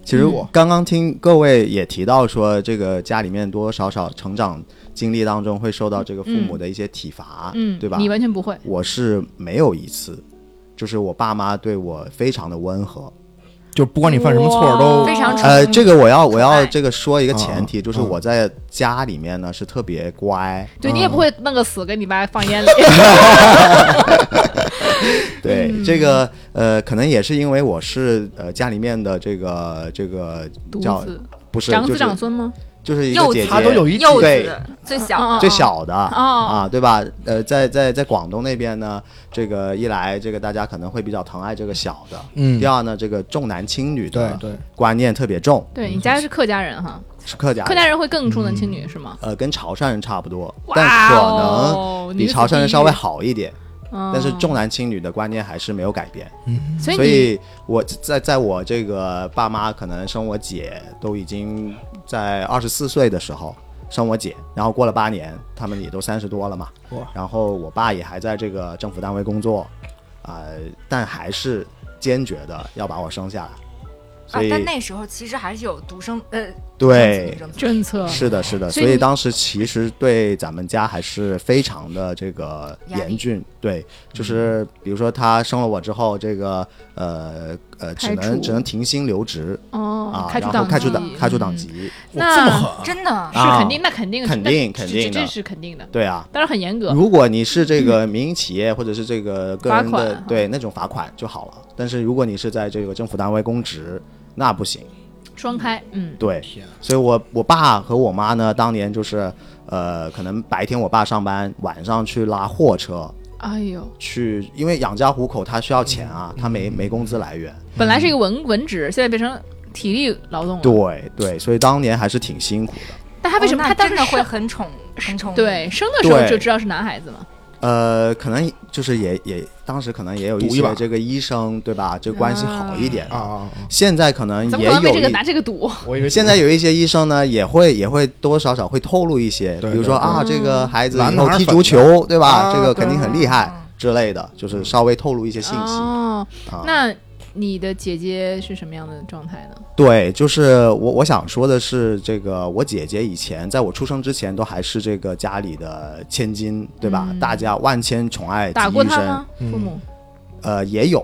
其实
嗯
刚刚听各位也提到说，这个家里面多多少少成长经历当中会受到这个父母的一些体罚，
嗯，
对吧？
你完全不会，
我是没有一次，就是我爸妈对我非常的温和，
就不管你犯什么错儿都
哇
非常
呃，
嗯
这个我要我
宠爱
要这个说一个前提，
嗯
就是我在家里面呢是特别乖，
对你也不会弄个死给你爸放 烟里。
对、这个呃，可能也是因为我是呃家里面的这个这个
独
叫
子、
不是
长
就
子、
是
长孙吗？
就是一个
幼
姐姐，
子，
他都有一
幼
对
子最小
啊
的，
最小的
哦
啊，对吧？呃，在在在广东那边呢，这个一来这个大家可能会比较疼爱这个小的，
嗯
第，二呢，这个重男轻女
对
啊
的
对，啊
观念特别重，
对你家是客家人哈，
是客嗯家
客家人会更重男轻女是吗？
呃，跟潮汕人差不多，但
哇
可能
哦，
比
女子嗯
潮汕人
地
稍
狱
微，好一点，
但
但是重男轻女的观念还是没有改变。
所
所
以
以我在在我这个爸妈可能生我姐都已经在二十四岁的时候生我姐，然后过了八年，他们也都三十多了嘛
哇，
然后我爸也还在这个政府单位工作，呃，但还是坚决的要把我生下来，
啊
所以、
但那时候其实还是有独生呃
对。
生子女生子
政策
是的，是的，
嗯所
所
以
以
你
当时其实对咱们家还是非常的这个
压力
严峻，对，
嗯
就是比如说他生了我之后，这个呃呃，只
排除
能只能停薪留职
哦
啊，，
开除
然后
党
开除
籍
党开除党
嗯
籍，
那
真的哦
是肯定，那肯定
啊肯
那
定
这
肯定
这这
的
是肯定的，
对啊。
当然很严格。
如果你是这个民营企业或者是这个个人
罚款
的
啊
对那种罚款就好了，但是如果你是在这个政府单位公职，那不行。
双开，嗯，
对
天啊，
所以我我爸和我妈呢，当年就是呃，可能白天我爸上班，晚上去拉货车，
哎呦，
去，因为养家糊口他需要钱
嗯
啊，他没没工资来源。
本来是一个文文职，现在变成体力劳
嗯
动了。，
对对，所以当年还是挺辛苦的。
但他为什么
哦
他
那
当
真
时
的会
生
很宠很宠？
对，生的时候
对
就知道是男孩子嘛？
呃，可能就是也也当时可能也有一
赌一把
些这个医生对吧，就关系好一点
啊。啊，啊
现在可能
怎么
也
可能
有
为这个
一
拿这个赌？
我以为
现在有一些医生呢，也会也会多多少少会透露一些，
对嗯
比如说啊，这个孩子
男
以
的
后
还是
踢
粉的
足球对吧，
啊
这个
对
肯定很厉害
嗯
之类的，就是稍微透露一些信息
哦，
啊。
那你的姐姐是什么样的状态呢？
对，就是我我想说的是，这个我姐姐以前在我出生之前都还是这个家里的千金，对吧？大家万千宠爱
嗯
集
打过
一
他
身
吗，？父母
嗯
呃，也有。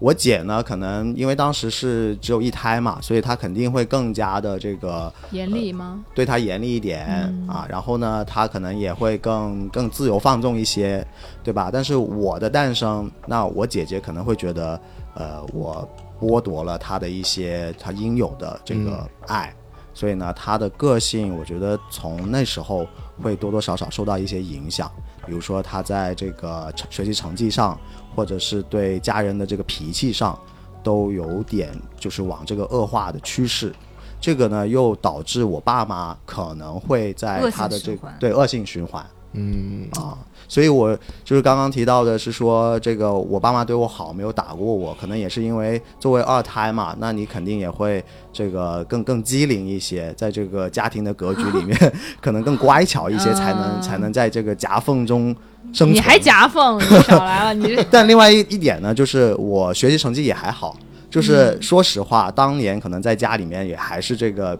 我姐呢，可能因为当时是只有一胎嘛，所以她肯定会更加的这个
严厉吗？
对她严厉一点、
嗯
啊。然后呢，她可能也会更更自由放纵一些，对吧？但是我的诞生，那我姐姐可能会觉得，呃，我剥夺了她的一些她应有的这
嗯
个爱，所以呢，她的个性，我觉得从那时候会多多少少受到一些影响，比如说她在这个成学习成绩上，或者是对家人的这个脾气上，都有点就是往这个恶化的趋势。这个呢又导致我爸妈可能会在
恶性
他的这
循
个
环
对恶性循环。
嗯，
啊，所以我就是刚刚提到的是说，这个我爸妈对我好，没有打过我，可能也是因为作为二胎嘛，那你肯定也会这个更更机灵一些，在这个家庭的格局里面， 可能更乖巧一些，才能才能在这个夹缝中生存。
你还？夹缝，你少来了， 你这
但另外一一点呢，就是我学习成绩也还好。就是说实话，当年可能在家里面也还是这个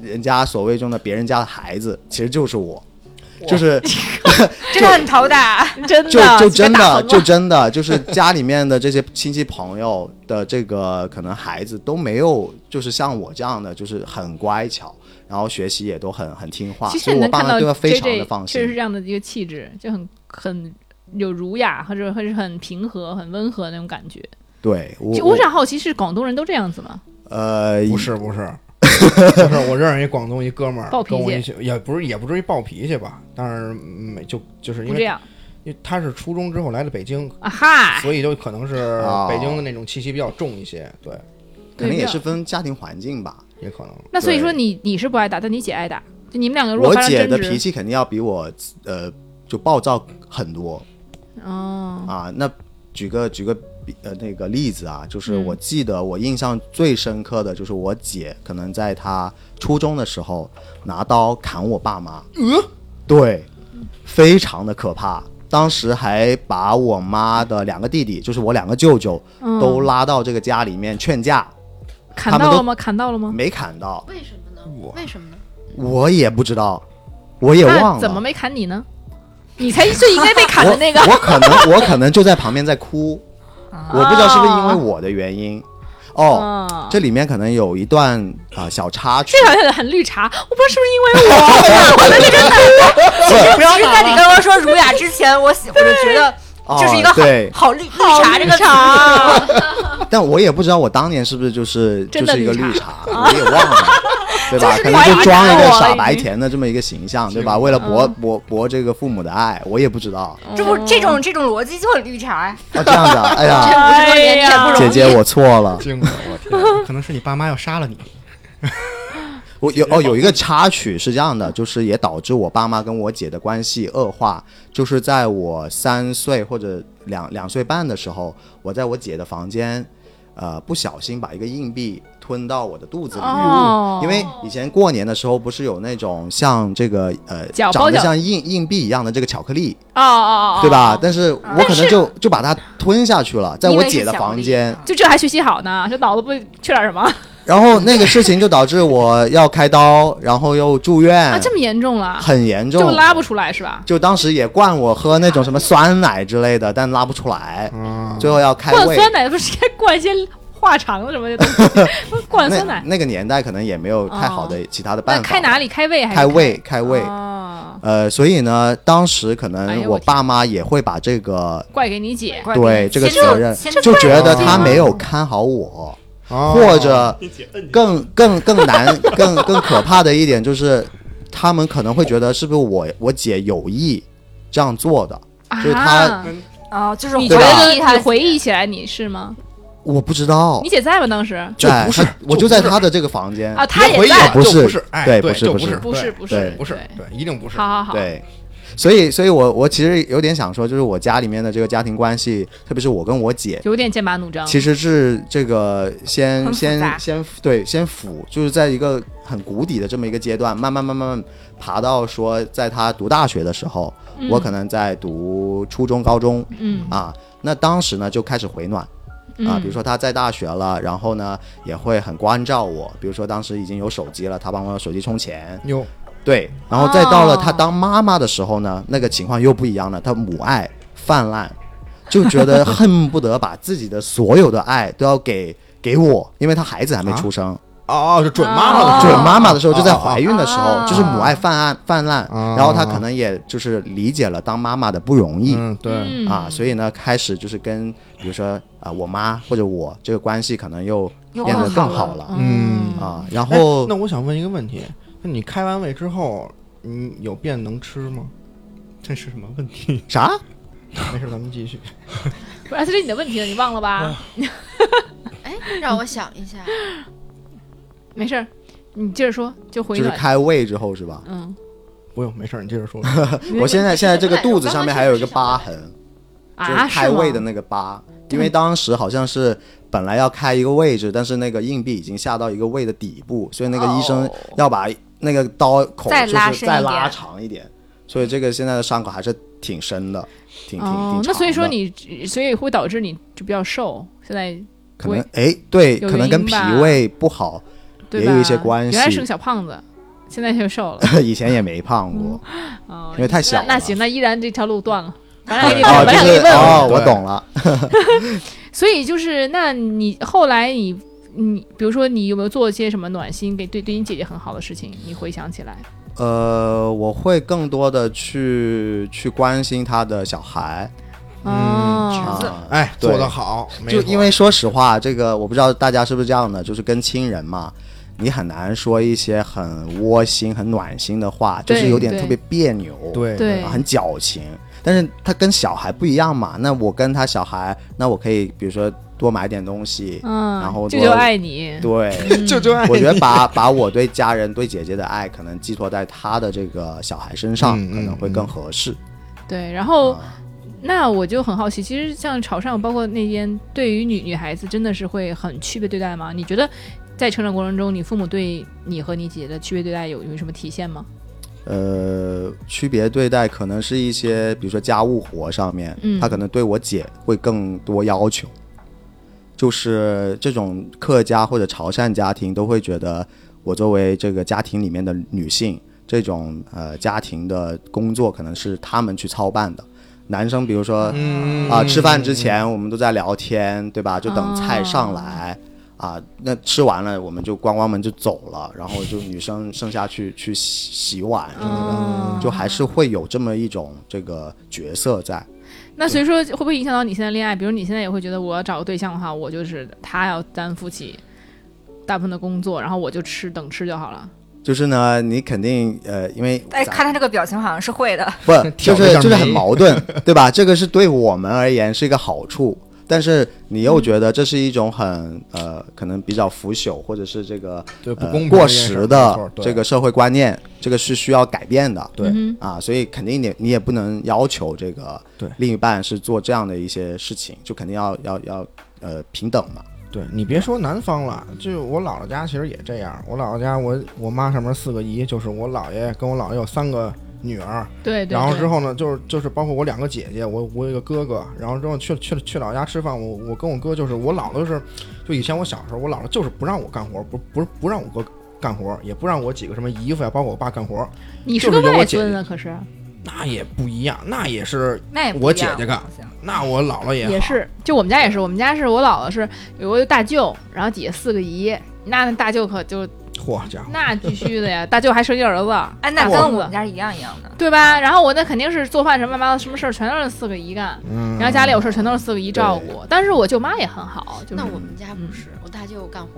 人家所谓中的别人家的孩子，其实就是我，就是
真的很 头大。
真的
就就真
别打
的
横了
就真的就是家里面的这些亲戚朋友的这个可能孩子都没有，就是像我这样的，就是很乖巧，然后学习也都很很听话，
其实
所以
你
我
能
爸
看
妈
到
对
J
我
J
非常的放
确实是
心
这。样的一个气质，就很很有儒雅，或者或者是很平和、很温和那种感觉。
对，我
就我想好奇，是广东人都这样子吗？
呃
不是不 是，就是我认识一广东一哥们儿
暴，脾气
跟我一起也不是也不至于暴脾气吧，但是没就就是因
不
为
这样
因为他是初中之后来了北京，
啊！嗨，
所以就可能是
哦
北京的那种气息比较重一些，对，
肯定也
对
是分家庭环境吧。
也可能。
那所以
对
说你你是不爱打，但你姐爱打，就你们两个如果
我
发生
姐
争
的
执，
脾气肯定要比我呃就暴躁很多
哦，
啊。那举个举个比呃那个例子啊，就是
嗯
我记得我印象最深刻的就是我姐可能在她初中的时候拿刀砍我爸妈，嗯，
呃
对，非常的可怕。当时还把我妈的两个弟弟，就是我两个舅舅，
嗯
都拉到这个家里面劝架，
砍
他们
到
都
了吗？砍到了吗？
没砍到，
为什么呢？
我
为什么呢？
我也不知道，我也忘
那
了
怎么没砍你呢？你才最应该被砍的那个。啊
我我可能我可能就在旁边 在哭，我不知道是不是因为我的原因。哦，
哦，
这里面可能有一段啊、呃小插曲
这，条很很绿茶，我不知道是不是因为我。
不要在你刚刚说儒雅之前，我喜我就觉得
哦
这是一个好
对
好绿绿茶这个茶，哦
但我也不知道我当年是不是就是就
真的
是一个
绿
绿茶， 我也忘了，对吧？
就是
可能
绿
就
茶
装一个
我
傻
已
白
经嗯
甜的这么一个形象，对吧？为了博博博这个父母的爱，我也不知道。
这不这种这种逻辑就很绿茶呀。
哦，这样 子啊，哎呀，
哎呀，
姐姐我错了，
经过我 天，
可能是你爸妈要杀了你，
我有哦，有一个插曲是这样的，就是也导致我爸妈跟我姐的关系恶化。就是在我三岁或者两两岁半的时候，我在我姐的房间，呃，不小心把一个硬币吞到我的肚子里面。
哦
因为以前过年的时候，不是有那种像这个呃
饺包
长得
饺
像硬硬币一样的这个巧克力，
哦哦哦，
对吧？
哦？
但是我可能就就把它吞下去了，在
因
我
为
姐
是
的
小
房
丽
间。
就这还学习好呢，这脑子不缺点什么
然后那个事情就导致我要开刀，然后又住院，
啊？这么严重了，
哎很严重，
就拉不出来是吧？
就当时也灌我喝那种什么酸奶之类的，但拉不出来，最后要开
嗯灌
胃。
酸奶不是应该灌一些化肠的什么的东西？ 灌酸
那
奶，
那个年代可能也没有太好的其他的办
那
法。
开哪里？开胃还是
开胃，开胃。
哦，
呃，所以呢，当时可
哎
能
呦我
我爸妈也会把这个
怪给你姐，
对这个
先
责任
先
就觉得
先
他没有看好我，
哦
啊
或者更更更难、更更可怕的一点就是，他们可能会觉得是不是我我姐有意这样做的，就是他
啊，
啊，就是
你觉
回
得
忆
你
他
回忆起来你是吗？
我不知道
你。姐在吗？当时
就
在
不是
哎他我
就不
就在
是
他的这个房间
啊，她
回
也
忆
在
了，
不
就是是，哎，
对
对，
不是
就不
不是
是，
不是不
对
是
不是，对，一定不是。
好好好，
对，所以，所以我我其实有点想说，就是我家里面的这个家庭关系，特别是我跟我姐，
有点剑拔弩张。
其实是这个先
很复
先
杂
先对先腐，就是在一个很谷底的这么一个阶段，慢慢慢慢爬到说，在她读大学的时候，我可能在读初中、高中
嗯
啊，那当时呢就开始回暖。啊，
嗯
比如说他在大学了，然后呢也会很关照我，比如说当时已经有手机了，他帮我手机充钱，
哟，
对，然后再到了她
哦
当妈妈的时候呢，那个情况又不一样了，她母爱泛滥，就觉得恨不得把自己的所有的爱都要给给我，因为她孩子还没出生，
哦哦，就准妈妈
哦
了，
准妈妈的时候就在
哦哦
怀孕的时候，
哦
就是母爱泛滥泛滥，
哦
然后她可能也就是理解了当妈妈的不容易。
嗯，对，
嗯
啊，所以呢，开始就是跟比如说啊、我妈或者我这个关系可能又
又
变得
更好
更好
了
了
嗯
啊。然
哎
后
那我想问一个问题，那你开完胃之后，你有变能吃吗？
这是什么 问题？
啥？
没事，咱们继续。
不是，这是你的问题了，你忘
嗯
了吧？
哎，让我想一下，
没事儿，你接着说，就回
就是
暖。
开胃之后是吧？
嗯，
不用，没事儿，你接着说。
我现在现在这个肚子上面还有一个疤
刚刚
痕，就
啊，
开
是
胃
吗？
的那个疤，因为当时好像是本来要开一个位置，但是那个硬币已经下到一个胃的底部，所以那个医生
哦
要把那个刀口
再
就
拉
是
伸
再
一
拉
点
长一点，所以这个现在的伤口还是挺深的，挺挺挺
哦
长，
那所以说
的
你，所以会导致你就比较瘦，现在
可能哎对，
有
可能
原
跟
因
脾
吧
胃不好
对
也
吧？
有一些关
原来
系
是个小胖子，现在却瘦了。
以前也没胖过，
哦，
因为太小
那那
了
行，那依然这条路 断了。咱俩给你，
哦，
咱
就
俩给
是
你问问。
哦，我
对
懂了。
所以就是，那你后来你你，比如说你有没有做一些什么暖心给对对你姐姐很好的事情？你回想起来，
呃，我会更多的去去关心他的小孩
哦，
嗯啊，
哎，
对
做得好，没
就
错
因为说实话，这个我不知道大家是不是这样的，就是跟亲人嘛，你很难说一些很窝心、很暖心的话，就
对
是有点
对
特别别扭，
对
对
啊很矫情。但是他跟小孩不一样嘛，那我跟他小孩，那我可以比如说多买点东西，
嗯，
然后
舅
多
舅爱你，
对，
就哎就爱
我觉
你
得把把我对家人、对姐姐的爱，可能寄托在他的这个小孩身上，
嗯嗯
可能会更合适。
对，然后。
啊
那我就很好奇，其实像潮汕，包括那边，对于女女孩子真的是会很区别对待吗？你觉得在成长过程中，你父母对你和你姐姐的区别对待有有什么体现吗？
呃，区别对待可能是一些，比如说家务活上面，
嗯
他可能对我姐会更多要求，就是这种客家或者潮汕家庭都会觉得，我作为这个家庭里面的女性，这种呃家庭的工作可能是他们去操办的。男生比如说，
嗯
啊，吃饭之前我们都在聊天，对吧？就等菜上来。啊，那吃完了我们就关关门就走了，然后就女生剩下去去洗洗碗什
嗯
么的，就还是会有这么一种这个角色在。
那所以说，会不会影响到你现在恋爱？比如你现在也会觉得，我要找个对象的话，我就是他要担负起大部分的工作，然后我就吃等吃就好了。
就是呢，你肯定呃，因为
哎，
咱
看他这个表情好像是会的，
不 就
挑了
是
一下
就是
眉
很矛盾，对吧？这个是对我们而言是一个好处，但是你又觉得这是一种很呃，可能比较腐朽或者是这个
对不
呃
公平
过
这件事
时
没错
的
对
这个社会观念，这个是需要改变的。
对
嗯
啊，所以肯定你你也不能要求这个
对
另一半是做这样的一些事情，就肯定要要要呃平等嘛。
对你别说南方了，就我姥姥家其实也这样。我姥姥家我我妈上面四个姨，就是我姥爷跟我姥爷有三个女儿，
哼，对对
然后之
后，
后呢，就是就是包括我两个姐姐，我我有一个哥哥，然后之后去去去姥姥家吃饭，我我跟我哥就是我姥姥就是，就以前我小时候我姥姥就是不让我干活，不不是不让我哥干活，也不让我几个什么姨夫呀，包括我爸干活，
你
就是
个
有我
外
姐
孙
姐
啊，可是
那也不一样，那也是
那也不
我
一样
姐姐干
好像
那我姥姥也好
也是，就我们家也是，我们家是我姥姥是有个大舅，然后底下四个姨，那大舅可就
嚯家伙，
那必须的呀，大舅还生一儿子，
哎，那
大
跟
孙
我
子
们家是一样一样的。
对吧？然后我那肯定是做饭什么妈妈什么事儿全都是四个姨干，
嗯，
然后家里有事儿全都是四个姨照顾。但是我舅妈也很好，就是
那我们家不是，我大舅干活，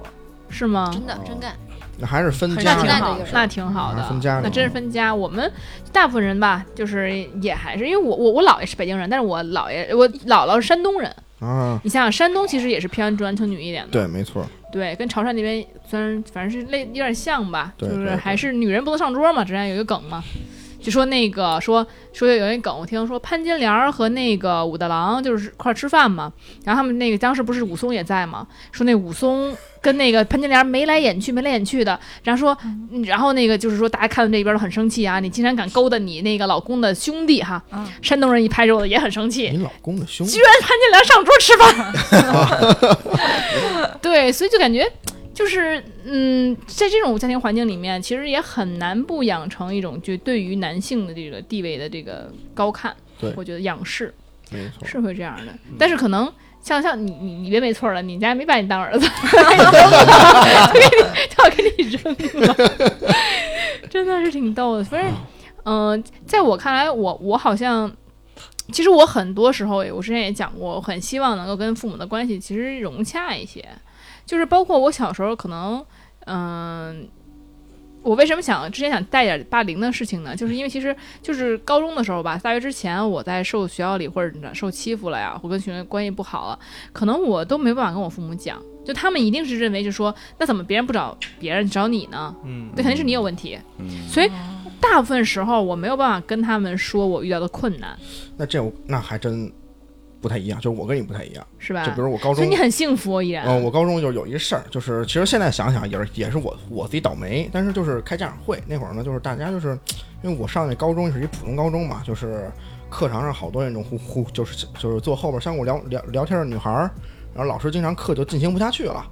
是吗？
真的真干。
那还是分
那
家
挺
挺
好
好
的
的，
那挺好的
啊，分家里
那真是分家。我们大部分人吧，就是也还是因为我我我姥爷是北京人，但是我姥爷我姥姥是山东人。
啊，
你想想，山东其实也是偏重男轻女一点的，
对，没错，
对，跟潮汕那边虽然反正是类有点像吧，
对
就是
对
还是女人不能上桌嘛，之前有一个梗嘛，就说那个说说有一个梗，我听说潘金莲儿和那个武大郎就是块儿吃饭嘛，然后他们那个当时不是武松也在嘛，说那武松跟那个潘金莲眉来眼去眉来眼去的，然后说，嗯然后那个就是说大家看到这边都很生气啊，你竟然敢勾搭你那个老公的兄弟哈，
嗯
山东人一拍桌子也很生气，
你老公的兄弟
居然潘金莲上桌吃饭。 对，所以就感觉就是嗯，在这种家庭环境里面，其实也很难不养成一种就对于男性的这个地位的这个高看。
对
我觉得仰视
没错，
是会这样的，但是可能。像像你你你别没错了，你家没把你当 儿子，就要给你扔了，真的是挺逗的。反正，嗯、在我看来，我我好像，其实我很多时候也，我之前也讲过，我很希望能够跟父母的关系其实融洽一些，就是包括我小时候可能，嗯、我为什么想之前想带点霸凌的事情呢？就是因为其实就是高中的时候吧，大学之前我在受学校里或者受欺负了呀，我跟学生关系不好了，可能我都没办法跟我父母讲，就他们一定是认为，就说那怎么别人不找别人找你呢？
嗯
对，肯定是你有问题。
嗯
所以大部分时候我没有办法跟他们说我遇到的困难，
那这我那还真不太一样，就是我跟你不太一样。
是吧
就？比如我高
啊所
中
以你，很幸福，依然。
嗯，我高中就有一事儿，就是其实现在想想也是也是我我自己倒霉，但是就是开家长会那会儿呢，就是大家就是因为我上那高中是一普通高中嘛，就是课堂上好多那种互互就是就是坐后边相互聊聊聊天的女孩儿，然后老师经常课就进行不下去了。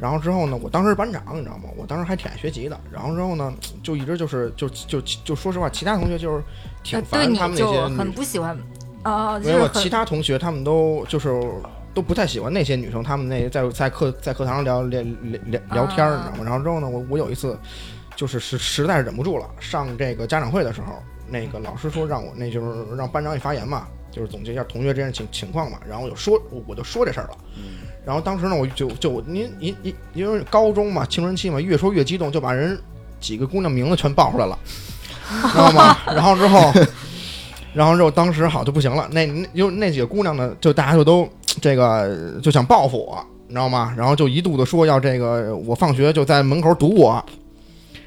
然后之后呢，我当时是班长，你知道吗？我当时还挺爱学习的。然后之后呢，就一直就是就就就就说实话，其他同学就是挺
呃对
烦
你
他们那
就
些
很
女嗯
不喜欢，哦，就
没
是
有，
很
其他同学他们都就是都不太喜欢那些女生，他们那在在课在课堂上聊聊聊聊聊天儿，你知
啊
道吗？然后之后呢，我我有一次就是实实在是忍不住了，上这个家长会的时候，那个老师说让我那就是让班长也发言嘛，就是总结一下同学之间的情情况嘛。然后我就说我我就说这事儿了。然后当时呢，我就就您您您因为高中嘛，青春期嘛，越说越激动，就把人几个姑娘名字全报出 来了，知道吗？然后之后，然后之后当时好就不行了，那那就那几个姑娘呢，就大家就都这个就想报复我，你知道吗？然后就一肚子说要这个我放学就在门口堵我。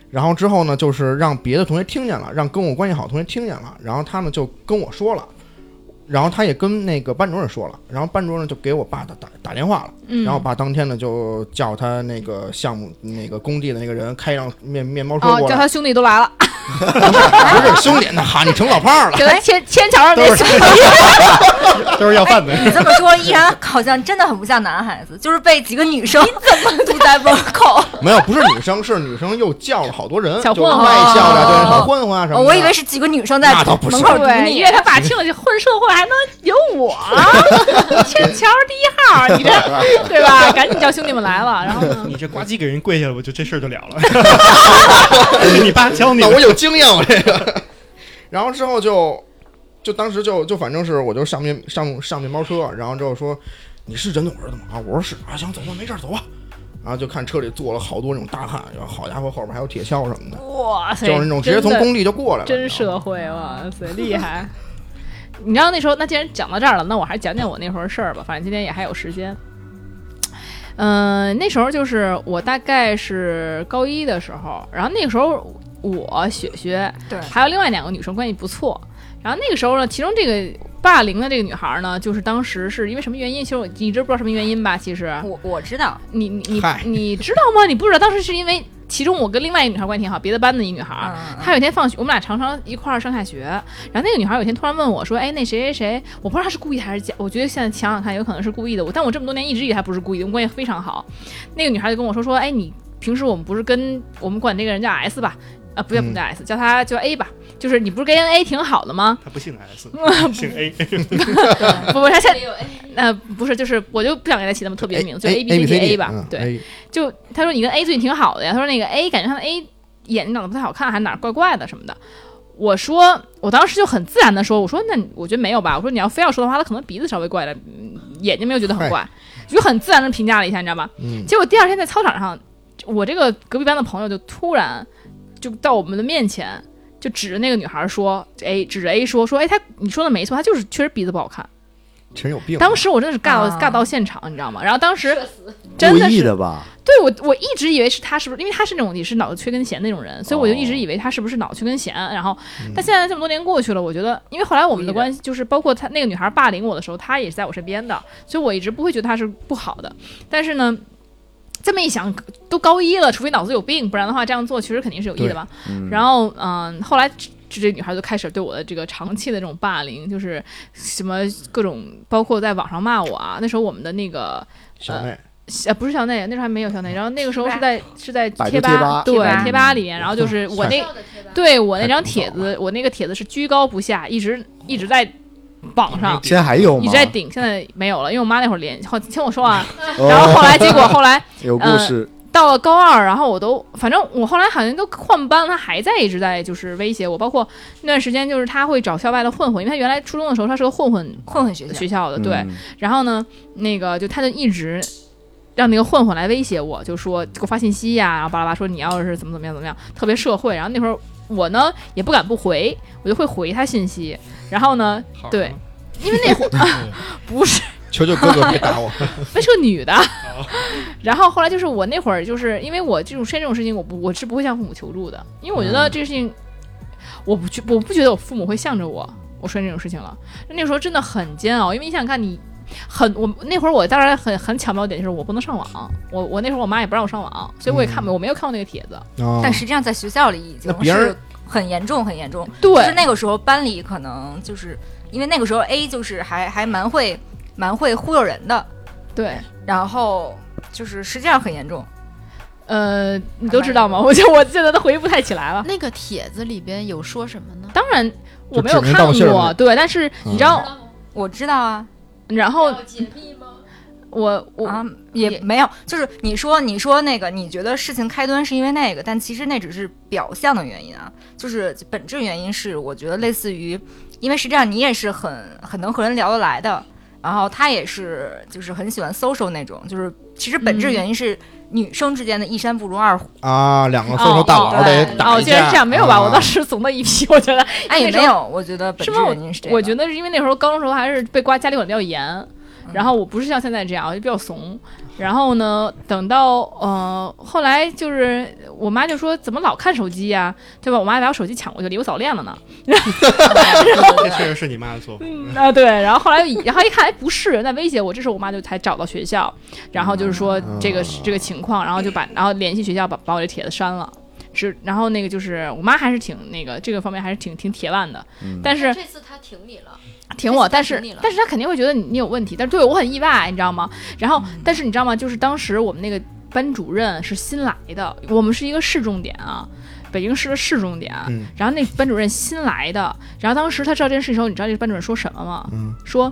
然后之后呢，就是让别的同学听见了，让跟我关系好的同学听见了，然后他们就跟我说了，然后他也跟那个班主任说了，然后班主任就给我爸打打打电话了，
嗯，
然后我爸当天呢就叫他那个项目那个工地的那个人开一辆面面包车
哦，
过
叫
来，
他兄弟都 来了，
不是兄弟，那哈你成老炮儿了，
给他牵牵桥上
都
那
是
都是要饭的。
你这么说，依然好像真的很不像男孩子，就是被几个女生堵在门口。
没有不是女生，是女生又叫了好多人，
小
就
混混啊
外校的对
哦
小混混啊什么
哦
的，
我以为是几个女生在
那倒不是
门口堵
对，
你
因为，他爸听了就混社会还能有我， 牵桥第一号，你这 对吧？赶紧叫兄弟们来了，然后呢？
你这呱唧给人跪下了，我就这事儿就了 了。是你爸教你
那
的，
我有经验，我这个。然后之后就，就当时就就反正是我就上面上上面包车，然后之后说你是人的儿子吗？啊，我说是啊，行，走吧，没事儿，走吧。然后就看车里坐了好多那种大汉，然后好家伙，后边还有铁锹什么的，
哇塞，
就是那种直接从
真的
工地就过来了。
真
你知道
社
吗
会，哇塞，厉害！你知道那时候，那既然讲到这儿了，那我还是讲讲我那时候的事儿吧，反正今天也还有时间。嗯、那时候就是我大概是高一的时候，然后那个时候我雪雪
对
还有另外两个女生关系不错，然后那个时候呢，其中这个霸凌的这个女孩呢，就是当时是因为什么原因，其实我一直不知道什么原因吧，其实
我我知道，
你你你
嗨
你知道吗？你不知道，当时是因为其中我跟另外一个女孩关系挺好，别的班的一女孩，
啊
嗯
她有一天放学，我们俩常常一块儿上下学，然后那个女孩有一天突然问我说：“哎，那谁谁谁，我不知道她是故意还是假，我觉得现在想想看，有可能是故意的。我但我这么多年一直以为她不是故意的，我们关系非常好。”那个女孩就跟我说说：“哎，你平时我们不是跟我们管这个人叫 S 吧？啊，不叫不叫 S，、叫她叫 A 吧。就是你不是跟 A 挺好的吗？
他不姓 S，姓 A。
不不，她现在呃不是，就是我就不想给她起那么特别的名字，就哎 A B C D A 吧，
嗯
对。
，A
就他说你跟 A 最近挺好的呀，他说那个 A 感觉他的 A 眼睛长得不太好看，还哪儿怪怪的什么的。我说，我当时就很自然的说，我说那你我觉得没有吧，我说你要非要说的话，他可能鼻子稍微怪了，嗯眼睛没有觉得很怪，就很自然的评价了一下，你知道吧？
嗯，
结果第二天在操场上，我这个隔壁班的朋友就突然就到我们的面前，就指着那个女孩说，哎，指着 A 说说，哎，她你说的没错，她就是确实鼻子不好看。
真有病。
当时我真的是尬到、
啊
尬到现场，你知道吗？然后当时真
故
的
意
是
的吧？
对我，我一直以为是他是不是，因为他是那种也是脑子缺根弦那种人，所以我就一直以为他是不是脑子缺根弦。然后，但现在这么多年过去了，我觉得，因为后来我们的关系就是，包括他那个女孩霸凌我的时候，她也是在我身边的，所以我一直不会觉得她是不好的。但是呢，这么一想，都高一了，除非脑子有病，不然的话这样做其实肯定是有意的嘛。
嗯
然后，嗯、后来这这女孩就开始对我的这个长期的这种霸凌，就是什么各种，包括在网上骂我啊。那时候我们的那个
小妹，
呃，不是校内，那时候还没有校内，然后那个时候是
是
在是在
百度
贴
贴吧
贴
对
吧
贴吧里面，然后 就是我那对我那张帖子，我那个帖子是居高不下，一直一直在榜上，
现在还有
一
吗
直？在顶，现在没有了，因为我妈那会儿连后听我说啊，
哦
然后后来结 果后来
有故
呃
事，
到了高二，然后我都反正我后来好像都换班，他还在一直在就是威胁我，包括那段时间就是他会找校外的混混，因为他原来初中的时候他是个混混
混混学校
学校的，呃对，
嗯
然后呢，那个就他就一直让那个混混来威胁我，就说给我发信息呀、然后巴拉巴拉说你要是怎么怎么样怎么样，特别社会。然后那会儿我呢也不敢不回，我就会回他信息。然后呢，对，因为那会儿 不是
求求哥哥别 打我。
那是个女的。
哦
然后后来就是我那会儿，就是因为我这种出现这种事情，我不我是不会向父母求助的，因为我觉
嗯
得这个事情，我不觉我不觉得我父母会向着我，我出现这种事情了。那个时候真的很煎熬，因为你想想看你。很，我那会儿我当然很很巧妙的点就是我不能上网，我我那时候我妈也不让我上网，所以我也
嗯
看、我没有看过那个帖子。
哦
但实际上在学校里已
那
经
别人
是很严重，很严重。就是
对，
那个时候班里可能就是因为那个时候 A 就是还还蛮会蛮会忽悠人的，
对，
然后就是实际上很严重。
呃，你都知道吗？ 我就我现在都回忆不太起来了。
那个帖子里边有说什么呢？
当然我没
就
有
指名
看
道姓儿
过，
的嗯
对，但是你知道，
我知道啊，
然后
解密吗？
我我、
啊也
也
没有，就是你说你说那个，你觉得事情开端是因为那个，但其实那只是表象的原因啊，就是本质原因是我觉得类似于，因为实际上你也是很很能和人聊得来的，然后他也是就是很喜欢 social 那种，就是其实
嗯
本质原因是女生之间的一山不容二虎，
啊，两个分手大佬得打
哦，
一
竟然是
架。嗯
这样，没有吧？我
倒
当时怂的一批， 我觉得
哎也
那时
没
候
有，我觉得本
是
质
吗？
原因是嗯这个，
我我觉得是因为那时候高中时候还是被瓜家里管得比较严，然后我不是像现在这样，我就比较怂。然后呢，等到呃后来就是我妈就说怎么老看手机呀、对吧？我妈把我手机抢过去了，以为我早恋了呢。
啊
这确实是你妈的错。
嗯啊，对，然后后来，然后一看，哎，不是人在威胁我，这时候我妈就才找到学校，然后就是说这个、这个情况，然后就把然后联系学校把把我这帖子删了，是，然后那个就是我妈还是挺那个这个方面还是挺挺铁腕的，但是
这次他挺你了，
挺我，
这次他
但是
挺你了
但是他肯定会觉得你你有问题，但是对我很意外，你知道吗？然后，
嗯
但是你知道吗？就是当时我们那个班主任是新来的，我们是一个市重点啊，北京市的市重点。啊
嗯
然后那班主任新来的，然后当时他知道这件事情的时候，你知道这班主任说什么吗？
嗯
说。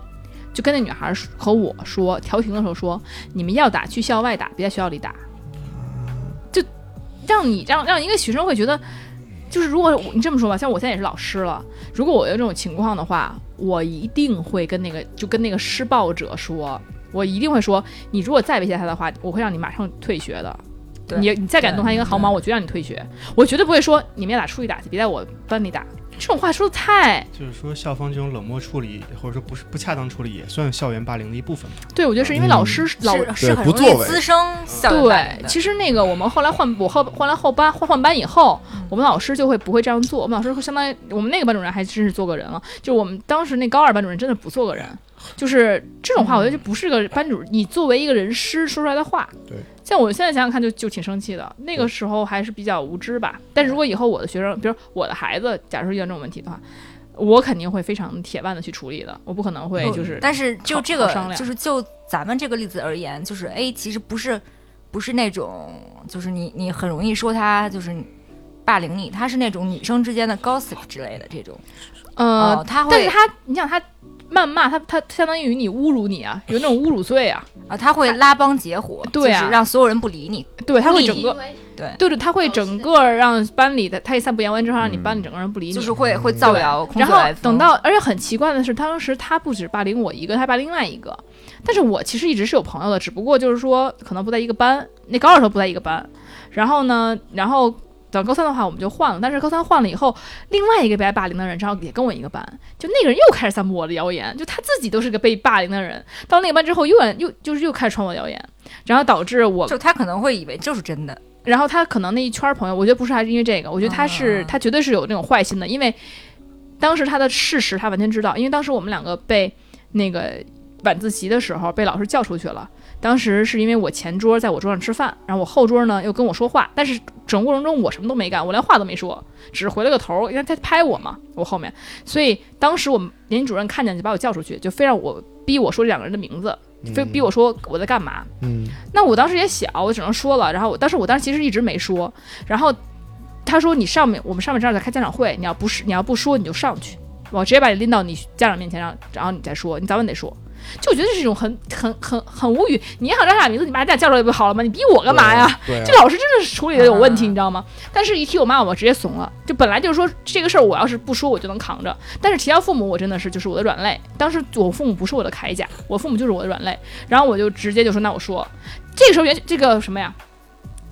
就跟那女孩说和我说调停的时候说，你们要打去校外打，别在学校里打，就让你让让一个学生会觉得，就是如果我你这么说吧，像我现在也是老师了，如果我有这种情况的话，我一定会跟那个就跟那个施暴者说，我一定会说，你如果再威胁他的话，我会让你马上退学的。
对
你你再敢动他一个毫毛，我绝让你退学。我绝对不会说你们要打出去打去，别在我班里打。这种话说的太
就是说，校方这种冷漠处理，或者说不是不恰当处理，也算校园霸凌的一部分。
对，我觉得是因为老师、老
嗯是是很
不
容
作
易
为
滋生校园霸凌
对，
的
其实那个我们后来换我后换来后班换换班以后，
嗯
我们老师就会不会这样做。我们老师会相当于我们那个班主任还真是做个人了，就我们当时那高二班主任真的不做个人，就是这种话，我觉得就不是个班主，你作为一个人师说出来的话。
对，
像我现在想想看就就挺生气的，那个时候还是比较无知吧。但如果以后我的学生，比如我的孩子，假如说遇到这种问题的话。我肯定会非常铁腕的去处理的，我不可能会
嗯
就是
但是就
好
这
好
个
商，量
就是就咱们这个例子而言，就是 A 其实不是不是那种，就是你你很容易说他就是霸凌你，他是那种女生之间的 gossip 之类的这种，
呃
哦，他
但是
会
他，你想他谩骂他，他相当于你侮辱你啊，有那种侮辱罪啊，
啊，他会拉帮结伙，
对啊
就是让所有人不理你，
对，他会
故意
整个，
对
对对，他会整个让班里的，他一散布言文之后，让你
嗯
班里整个人不理你。
就是会会造谣，空
然
穴
后
来风
等到，而且很奇怪的是，当时他不止霸凌我一个，他还霸凌另外一个。但是我其实一直是有朋友的，只不过就是说可能不在一个班，那高二的时候不在一个班。然后呢，然后等高三的话我们就换了，但是高三换了以后，另外一个被霸凌的人，然后也跟我一个班，就那个人又开始散布我的谣言，就他自己都是个被霸凌的人，到那个班之后又又就是又开始传我的谣言，然后导致我
就他可能会以为这是真的，
然后他可能那一圈儿朋友，我觉得不是还是因为这个，我觉得他是、
嗯
他绝对是有那种坏心的，因为当时他的事实他完全知道，因为当时我们两个被那个晚自习的时候被老师叫出去了，当时是因为我前桌在我桌上吃饭，然后我后桌呢又跟我说话，但是整个过程中我什么都没干，我连话都没说，只是回了个头，因为他拍我嘛，我后面，所以当时我们年级主任看见就把我叫出去，就非让我逼我说这两个人的名字，非逼我说我在干嘛。
嗯，
那我当时也小，我只能说了。然后我，但是我当时其实一直没说。然后他说：“你上面，我们上面这儿在开家长会，你要不是你要不说，你就上去，我直接把你拎到你家长面前，让然后你再说，你早晚得说。”就我觉得这是一种很很很很无语。你也想让俩名字，你把俩叫出来不好了吗？你逼我干嘛呀？
对啊？
这老师真的是处理的有问题，
啊
你知道吗？但是一提我妈，我直接怂了。就本来就是说这个事儿，我要是不说，我就能扛着。但是提到父母，我真的是就是我的软肋。当时我父母不是我的铠甲，我父母就是我的软肋。然后我就直接就说，那我说。这个时候原这个什么呀？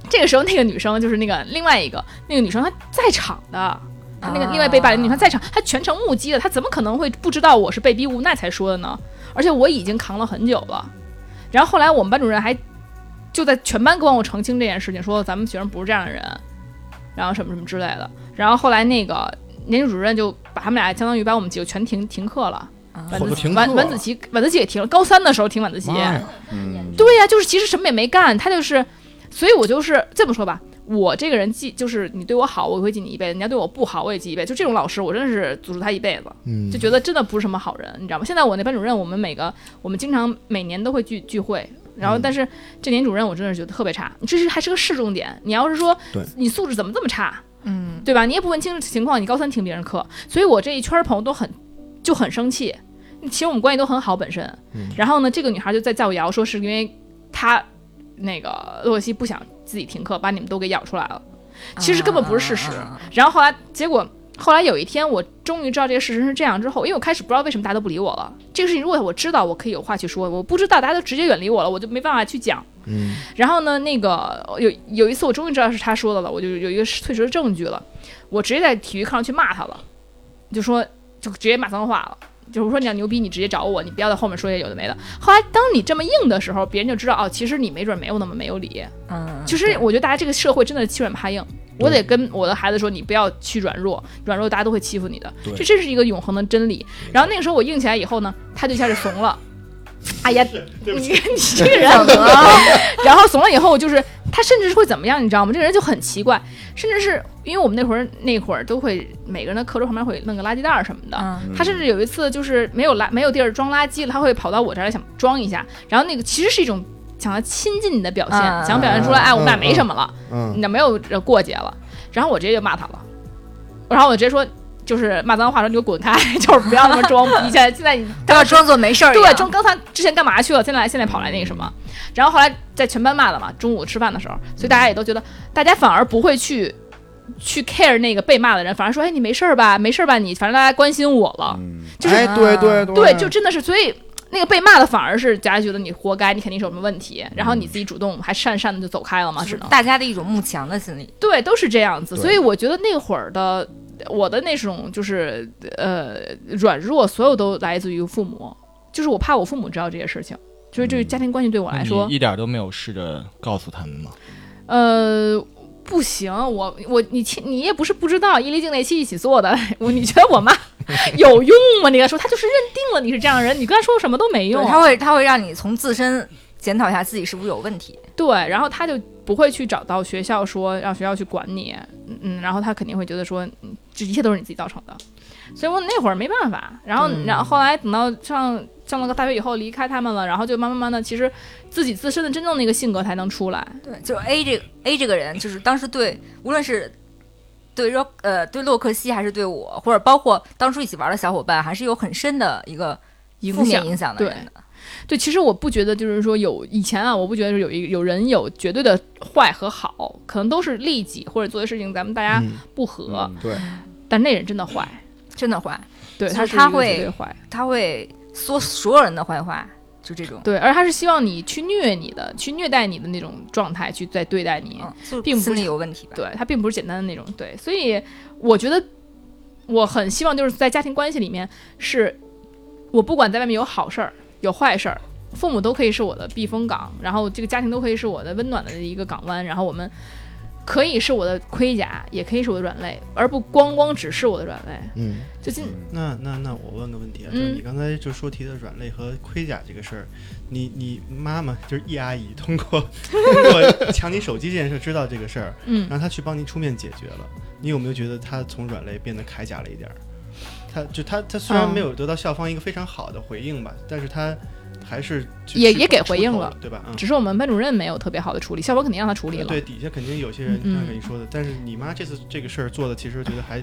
这个时候那个女生就是那个另外一个那个女生她在场的，他
啊
那个另外被霸凌女生在场，他全程目击的，他怎么可能会不知道我是被逼无奈才说的呢？而且我已经扛了很久了。然后后来我们班主任还就在全班跟我澄清这件事情，说咱们学生不是这样的人，然后什么什么之类的。然后后来那个年级主任就把他们俩相当于把我们几个全停停课了。晚
我都
自习
停课
晚
了
晚自习晚自习也停了，高三的时候停晚自习。
妈呀，
嗯，
对呀、就是其实什么也没干，他就是，所以我就是这么说吧，我这个人记就是你对我好，我会记你一辈子；你要对我不好，我也记一辈子。就这种老师，我真的是诅咒他一辈子。
嗯，
就觉得真的不是什么好人，你知道吗？现在我那班主任，我们每个我们经常每年都会聚聚会，然后
嗯
但是这年主任我真的是觉得特别差，这是还是个市重点。你要是说
对
你素质怎么这么差，
嗯，
对吧？你也不问清情况，你高三听别人课，所以我这一圈儿朋友都很就很生气。其实我们关系都很好本身，
嗯
然后呢，这个女孩就在造谣，说是因为她那个洛西不想自己停课，把你们都给咬出来了，其实根本不是事
啊
实。
嗯
然后后来结果后来有一天，我终于知道这个事实是这样之后，因为我开始不知道为什么大家都不理我了。这个事情如果我知道，我可以有话去说；我不知道，大家都直接远离我了，我就没办法去讲。
嗯，
然后呢，那个有有一次我终于知道是他说的了，我就有一个确实的证据了，我直接在体育课上去骂他了，就说就直接骂脏话了。就是我说你要牛逼，你直接找我，你不要在后面说些有的没的。后来当你这么硬的时候，别人就知道哦，其实你没准没有那么没有理。
嗯，
其实我觉得大家这个社会真的是欺软怕硬，我得跟我的孩子说，你不要去软弱，软弱大家都会欺负你的，
对
这真是一个永恒的真理。然后那个时候我硬起来以后呢，他就一下就怂了。哎呀，你你这个人， 然后怂了以后，就是他甚至是会怎么样，你知道吗？这个人就很奇怪，甚至是因为我们那会儿那会儿都会每个人的课桌旁边会弄个垃圾袋儿什么的，
嗯
他甚至有一次就是没有垃没有地儿装垃圾了，他会跑到我这儿来想装一下，然后那个其实是一种想要亲近你的表现，
嗯
想表现出来，
嗯
哎，我们俩
嗯
没什么了，
嗯
那没有呃过节了。然后我直接就骂他了，然后我直接说，就是骂脏话说你给我滚开， 就是不要那么装逼。现在现 在你
都要装作没事儿一样。
对，中刚才之前干嘛去了？现在现在跑来那个什么，然后后来在全班骂了嘛，中午吃饭的时候，所以大家也都觉得，大家反而不会去去 care 那个被骂的人，反而说，哎，你没事儿吧？没事儿吧？你反正大家关心我了，就是
哎，对对对，
对，就
嗯
真的是，所以那个被骂的反而是大家觉得你活该，你肯定是有什么问题，然
嗯
后你自己主动还讪讪的就走开了嘛，只能
大家的一种慕强的心理。
对，都是这样子。
对
所以我觉得那会儿的我的那种就是呃软弱，所有都来自于父母，就是我怕我父母知道这些事情，就是这个家庭关系对我来说
嗯你，一点都没有试着告诉他们吗？
呃。不行，我我你亲你也不是不知道，伊丽静那期一起做的，我你觉得我妈 有用吗？你跟她说，她就是认定了你是这样的人，你跟她说什么都没用。
他会他会让你从自身检讨一下自己是不是有问题。
对，然后他就不会去找到学校说让学校去管你，嗯嗯，然后他肯定会觉得说，嗯这一切都是你自己造成的。所以我那会儿没办法，然后、
嗯
然后后来等到上上了个大学以后离开他们了，然后就慢慢慢的，其实自己自身的真正那个性格才能出来。
对，就是 A 这个 A 这个人，就是当时对，无论是对洛呃对洛克西，还是对我，或者包括当初一起玩的小伙伴，还是有很深的一个
影
负面
响
影响的
对
人的。
对，其实我不觉得就是说有以前啊，我不觉得是有一有人有绝对的坏和好，可能都是利己或者做的事情咱们大家
嗯
不和，
对，
但那人真的坏，
真的坏，
对，
就是
他是
他
一个
会
绝对坏。
他会说所有人的坏话，就这种。
对，而他是希望你去虐你的，去虐待你的那种状态去在对待你，
嗯，就是
并不
心理
是
有问题吧？
对他并不是简单的那种。对，所以我觉得我很希望就是在家庭关系里面是，我不管在外面有好事儿有坏事儿，父母都可以是我的避风港，然后这个家庭都可以是我的温暖的一个港湾，然后我们。可以是我的盔甲，也可以是我的软肋，而不光光只是我的软肋。
嗯，
就今
那那那我问个问题啊，就是
嗯
你刚才就说提的软肋和盔甲这个事儿，你你妈妈就是易阿姨通过通过抢你手机这件事知道这个事儿，
嗯，
然后她去帮您出面解决了，你有没有觉得她从软肋变得铠甲了一点儿？她就她她虽然
嗯
没有得到校方一个非常好的回应吧，但是她还是就
也
去
也给
出头
回应
了
了，
对吧？嗯。
只是我们班主任没有特别好的处理，校方肯定让他处理了。
对，底下肯定有些人
嗯
像跟你说的，但是你妈这次这个事儿做的，其实觉得还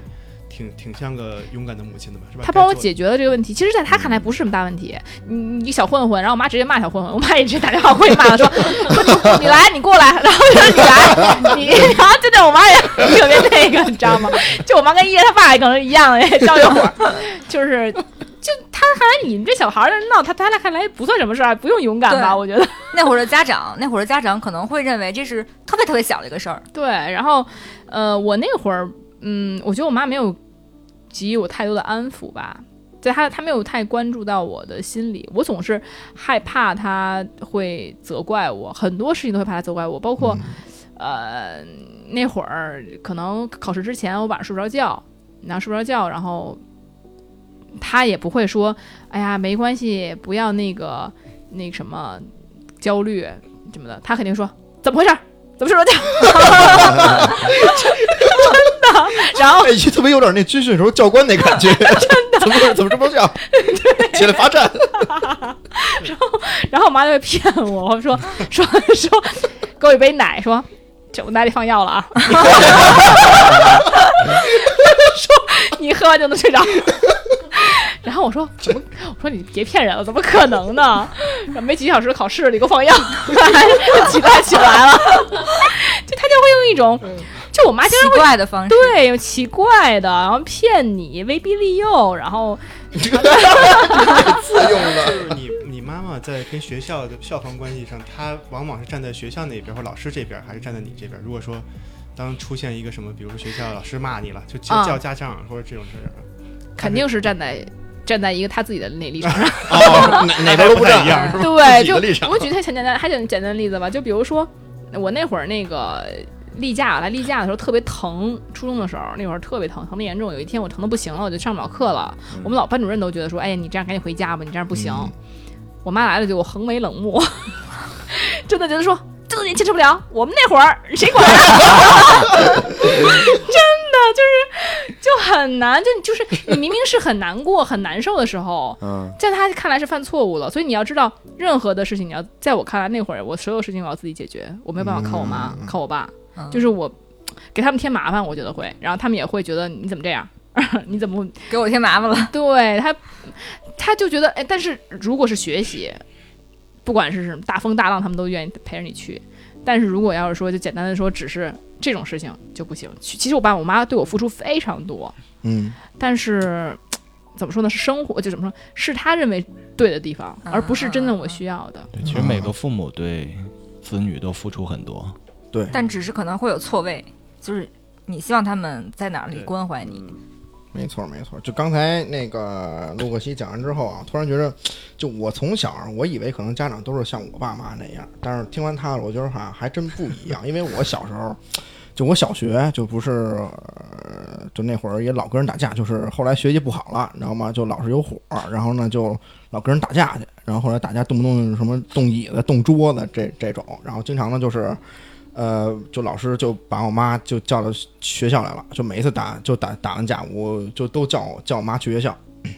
挺挺像个勇敢的母亲的吧，是吧？
他帮我
该做的嗯
解决了这个问题。其实，在他看来不是什么大问题。你你小混混，然后我妈直接骂小混混，我妈也直接打电话过去骂他，说 说你你来，你过来， 然后就说你来，你 然后就对我妈也特别那个，你知道吗？就我妈跟叶他爸可能一样， 也招一会儿，就是就他看来你们这小孩儿闹，他他俩看来不算什么事儿，不用勇敢吧？
对
我觉得
那会儿的家长，那会儿的家长可能会认为这是特别特别小的一个事儿。
对。然后呃，我那会儿嗯，我觉得我妈没有给予我太多的安抚吧。在他他没有太关注到我的心理，我总是害怕他会责怪我，很多事情都会怕他责怪我，包
嗯
括、呃那会儿可能考试之前我晚上睡不着觉，然后睡不着觉，然后他也不会说哎呀没关系，不要那个那什么焦虑什么的，他肯定说怎么回事儿，怎么睡不着觉，真的，然后
哎，特别有点那军训时候教官那感 觉，真 的，怎么怎么这么像？起来罚站，
然后我妈就会骗我，我说说说给我一杯奶，说这我奶里放药了啊， 说你喝完就能睡着。然后我说怎么？我说你别骗人了，怎么可能呢？然后没几小时考试，你给我放药，起不起来了。就他就会用一种，啊就我妈经
奇
常会
怪的方式，
对有奇怪的，然后骗你，威逼利诱，然后
这个自用的。
就是你你妈妈在跟学校的校方关系上，她往往是站在学校那边或老师这边，还是站在你这边？如果说当出现一个什么，比如说学校老师骂你了，就叫
啊
叫家长或者这种事儿，啊
肯定是站在站在一个他自己的那立场上。
哦，哪哪边都
不太
站
一样，是吧？
对，
自己
就
的立场
我举太简单，还简简单的例子吧，就比如说我那会儿那个例假来例假的时候特别疼，初中的时候那会儿特别疼，疼的严重。有一天我疼的不行了，我就上不了课了。
嗯
我们老班主任都觉得说，哎呀，你这样赶紧回家吧，你这样不行。我妈来了就我横眉冷漠， 真的觉得说。这都你接受不了，我们那会儿谁管、啊？ 真的就是就很难，就就是你明明是很难过、很难受的时候，
嗯，
在他看来是犯错误了，所以你要知道，任何的事情，你要在我看来，那会儿我所有事情我要自己解决，我没有办法靠我妈、靠我爸，
嗯
就是我给他们添麻烦，我觉得会，然后他们也会觉得你怎么这样， 你怎么
给我添麻烦了。
对他，他就觉得哎，但是如果是学习，不管是什么大风大浪，他们都愿意陪着你去，但是如果要是说就简单的说，只是这种事情就不行。其其实我爸我妈对我付出非常多，
嗯，
但是怎么说呢？是生活，就怎么说，是他认为对的地方，而不是真正我需要的。
对，其实每个父母对子女都付出很多。
对，
但只是可能会有错位，就是你希望他们在哪里
对
关怀你，
没错没错。就刚才那个陆克西讲完之后啊，突然觉得，就我从小我以为可能家长都是像我爸妈那样，但是听完他的，我觉得好像还真不一样。因为我小时候，就我小学就不是，呃就那会儿也老跟人打架，就是后来学习不好了，你知道吗？就老是有火，然后呢就老跟人打架去，然后后来打架动不动就是什么动椅子、动桌子这这种，然后经常呢就是。呃，就老师就把我妈就叫到学校来了，就每一次打就打打完架，我就都叫我叫我妈去学校，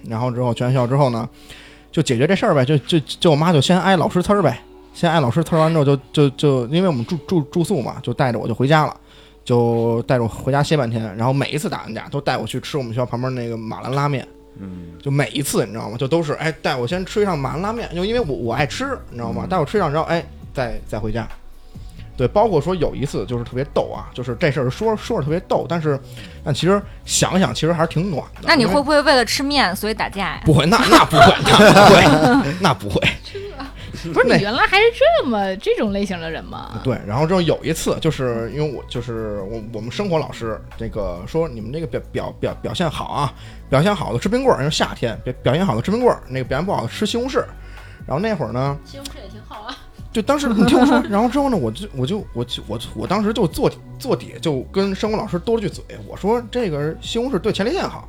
然后之后去完学校之后呢，就解决这事儿呗，就就就我妈就先挨老师呲儿呗，先挨老师呲儿完之后就就就因为我们住住住宿嘛，就带着我就回家了。就带着我回家歇半天，然后每一次打完架都带我去吃我们学校旁边那个马兰拉面，嗯，就每一次你知道吗？就都是哎带我先吃一趟马兰拉面，就因为我我爱吃，你知道吗？带我吃一趟，然后哎再再回家，对，包括说有一次就是特别逗啊，就是这事儿说说着特别逗，但是但其实想想其实还是挺暖的。
那你
因为
会不会为了吃面所以打架呀？
不会？那那不会， 那不会，那不会。
不是
那
你原来还是这么这种类型的人 吗？
对，然后之后有一次，就是因为我就是我我们生活老师这个说你们这个表表表表现好啊，表现好的吃冰棍儿，因为夏天表表现好的吃冰棍儿，那个表现不好的吃西红柿。然后那会儿呢，
西红柿也挺好啊。
就当时你听我 说，然后之后呢，我就我就我就我我当时就坐底坐底下就跟生活老师多了句嘴，我说这个西红柿对前列腺好。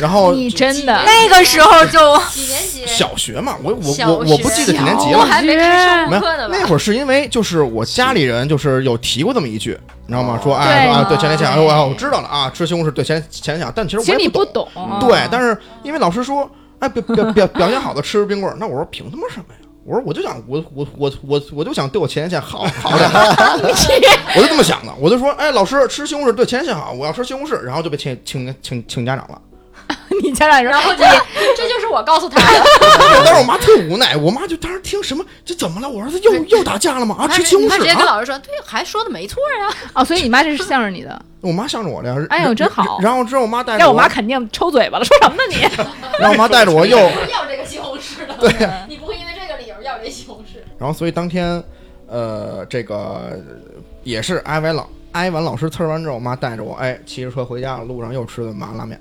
然后
你真的
那个时候就
几年级？
小学嘛，我我
小
我我不
学
记得几年级
我
了，
还没开始
没
上
有
课呢吧？
那会儿是因为就是我家里人就是有提过这么一句，你知道吗？说
对
哎说啊，对
嘛
前列腺，哎我我知道了啊，吃西红柿对前前列腺，但其实我
其实
也
你不
懂。
懂，啊
对，但是因为老师说，哎，表表表表现好的吃冰棍儿，那我说凭他妈什么呀？我说我就想我我我我我就想对我前列腺好好点儿，我就这么想的，我就说，哎，老师吃西红柿对前列腺好，我要吃西红柿，然后就被请请请请家长了。
你家长人
然后就这就是我告诉他的，
当时我妈特无奈，我妈就当时听什么这怎么了？我儿子又又打架了吗？啊，
他
吃西红
他直接
柿
跟
啊！
老师说，对，还说的没错呀。
哦，所以你妈这是向着你的，
我妈向着我俩，
哎呦真好
然后之哎后我妈带着
要我妈肯定抽嘴巴了，说什么呢你？
然后我妈带着我又，
哦
不要这个西红柿的，对、你不会因为这个理由要这西红柿。
然后所以当天，呃，这个呃也是挨完老挨完老师呲儿完之后，我妈带着我，哎，骑着车回家了，路上又吃的麻辣面，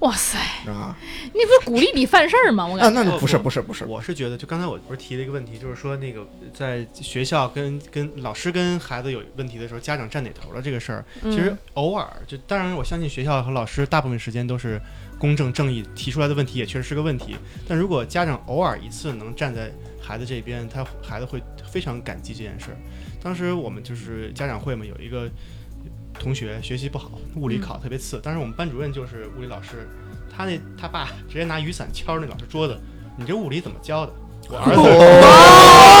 哇塞，
啊
你不是鼓励你犯事儿吗？我
啊，
感觉
那就不是不是不是，
我是觉得，就刚才我不是提了一个问题，就是说那个在学校跟跟老师跟孩子有问题的时候，家长站哪头了这个事儿，其实偶尔就当然我相信学校和老师大部分时间都是公正正义，提出来的问题也确实是个问题。但如果家长偶尔一次能站在孩子这边，他孩子会非常感激这件事儿。当时我们就是家长会嘛，有一个同学学习不好，物理考特别次，当时我们班主任就是物理老师，他那他爸直接拿雨伞敲那老师桌子。你这物理怎么教的？我儿子，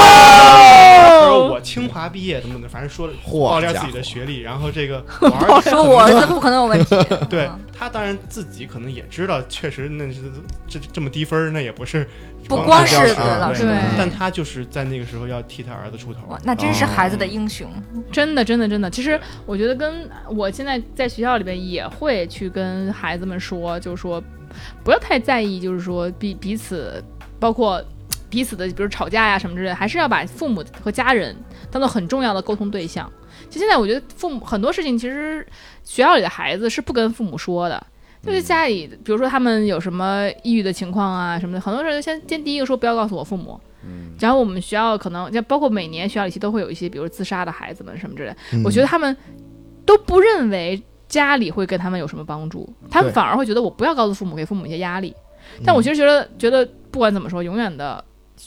说我清华毕业，怎么怎么，反正说了
嚯
爆料
家
自己的
伙
学历，然后这 个我儿子，
说我嗯儿子不可能有问题
对他当然自己可能也知道，确实那是这这么低分儿，那也不是
不
光
光
是
是
这
对
样啊
老师
对
的
嗯
但他就是在那个时候要替他儿子出头。
哇，那真是孩子的英雄。
真的，真的，真的。其实我觉得跟我现在在学校里边也会去跟孩子们说，就是说不要太在意，就是说彼彼此，包括彼此的，比如吵架呀、什么之类的，还是要把父母和家人当做很重要的沟通对象。其实现在我觉得父母很多事情，其实学校里的孩子是不跟父母说的。就是家里，比如说他们有什么抑郁的情况啊什么的，很多人先先第一个说不要告诉我父母，然后我们学校可能，就包括每年学校里其实都会有一些，比如自杀的孩子们什么之类的，
嗯
我觉得他们都不认为家里会给他们有什么帮助，他们
对
反而会觉得我不要告诉父母，给父母一些压力。但我其实觉得，觉得不管怎么说，永远的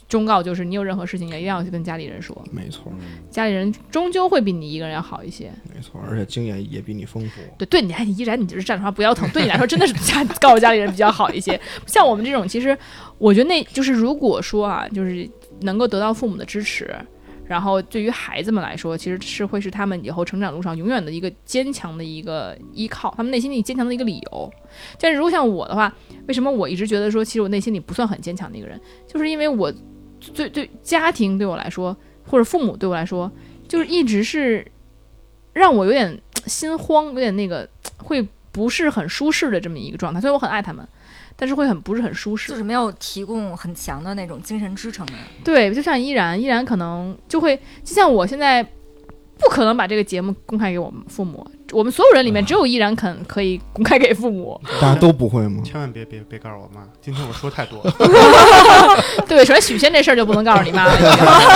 忠告就是，你有任何事情也一定要去跟家里人说，
没错
家里人终究会比你一个人要好一些。
没错，而且经验也比你丰富。
对，对你还依然你就是站着说话不腰疼，对你来说真的是家 告诉家里人比较好一些。像我们这种，其实我觉得那就是如果说啊，就是能够得到父母的支持，然后对于孩子们来说，其实是会是他们以后成长路上永远的一个坚强的一个依靠，他们内心里坚强的一个理由。但是如果像我的话，为什么我一直觉得说，其实我内心里不算很坚强的一个人，就是因为我对对家庭对我来说，或者父母对我来说，就是一直是让我有点心慌，有点那个会不是很舒适的这么一个状态。虽然我很爱他们，但是会很不是很舒适。
就是没有提供很强的那种精神支撑啊的，
对，就像依然，依然可能就会，就像我现在不可能把这个节目公开给我们父母，我们所有人里面只有依然肯可以公开给父 母。
大家都不会吗？
千万别别别告诉我妈，今天我说太多了，
对，首先许仙这事儿就不能告诉你妈了。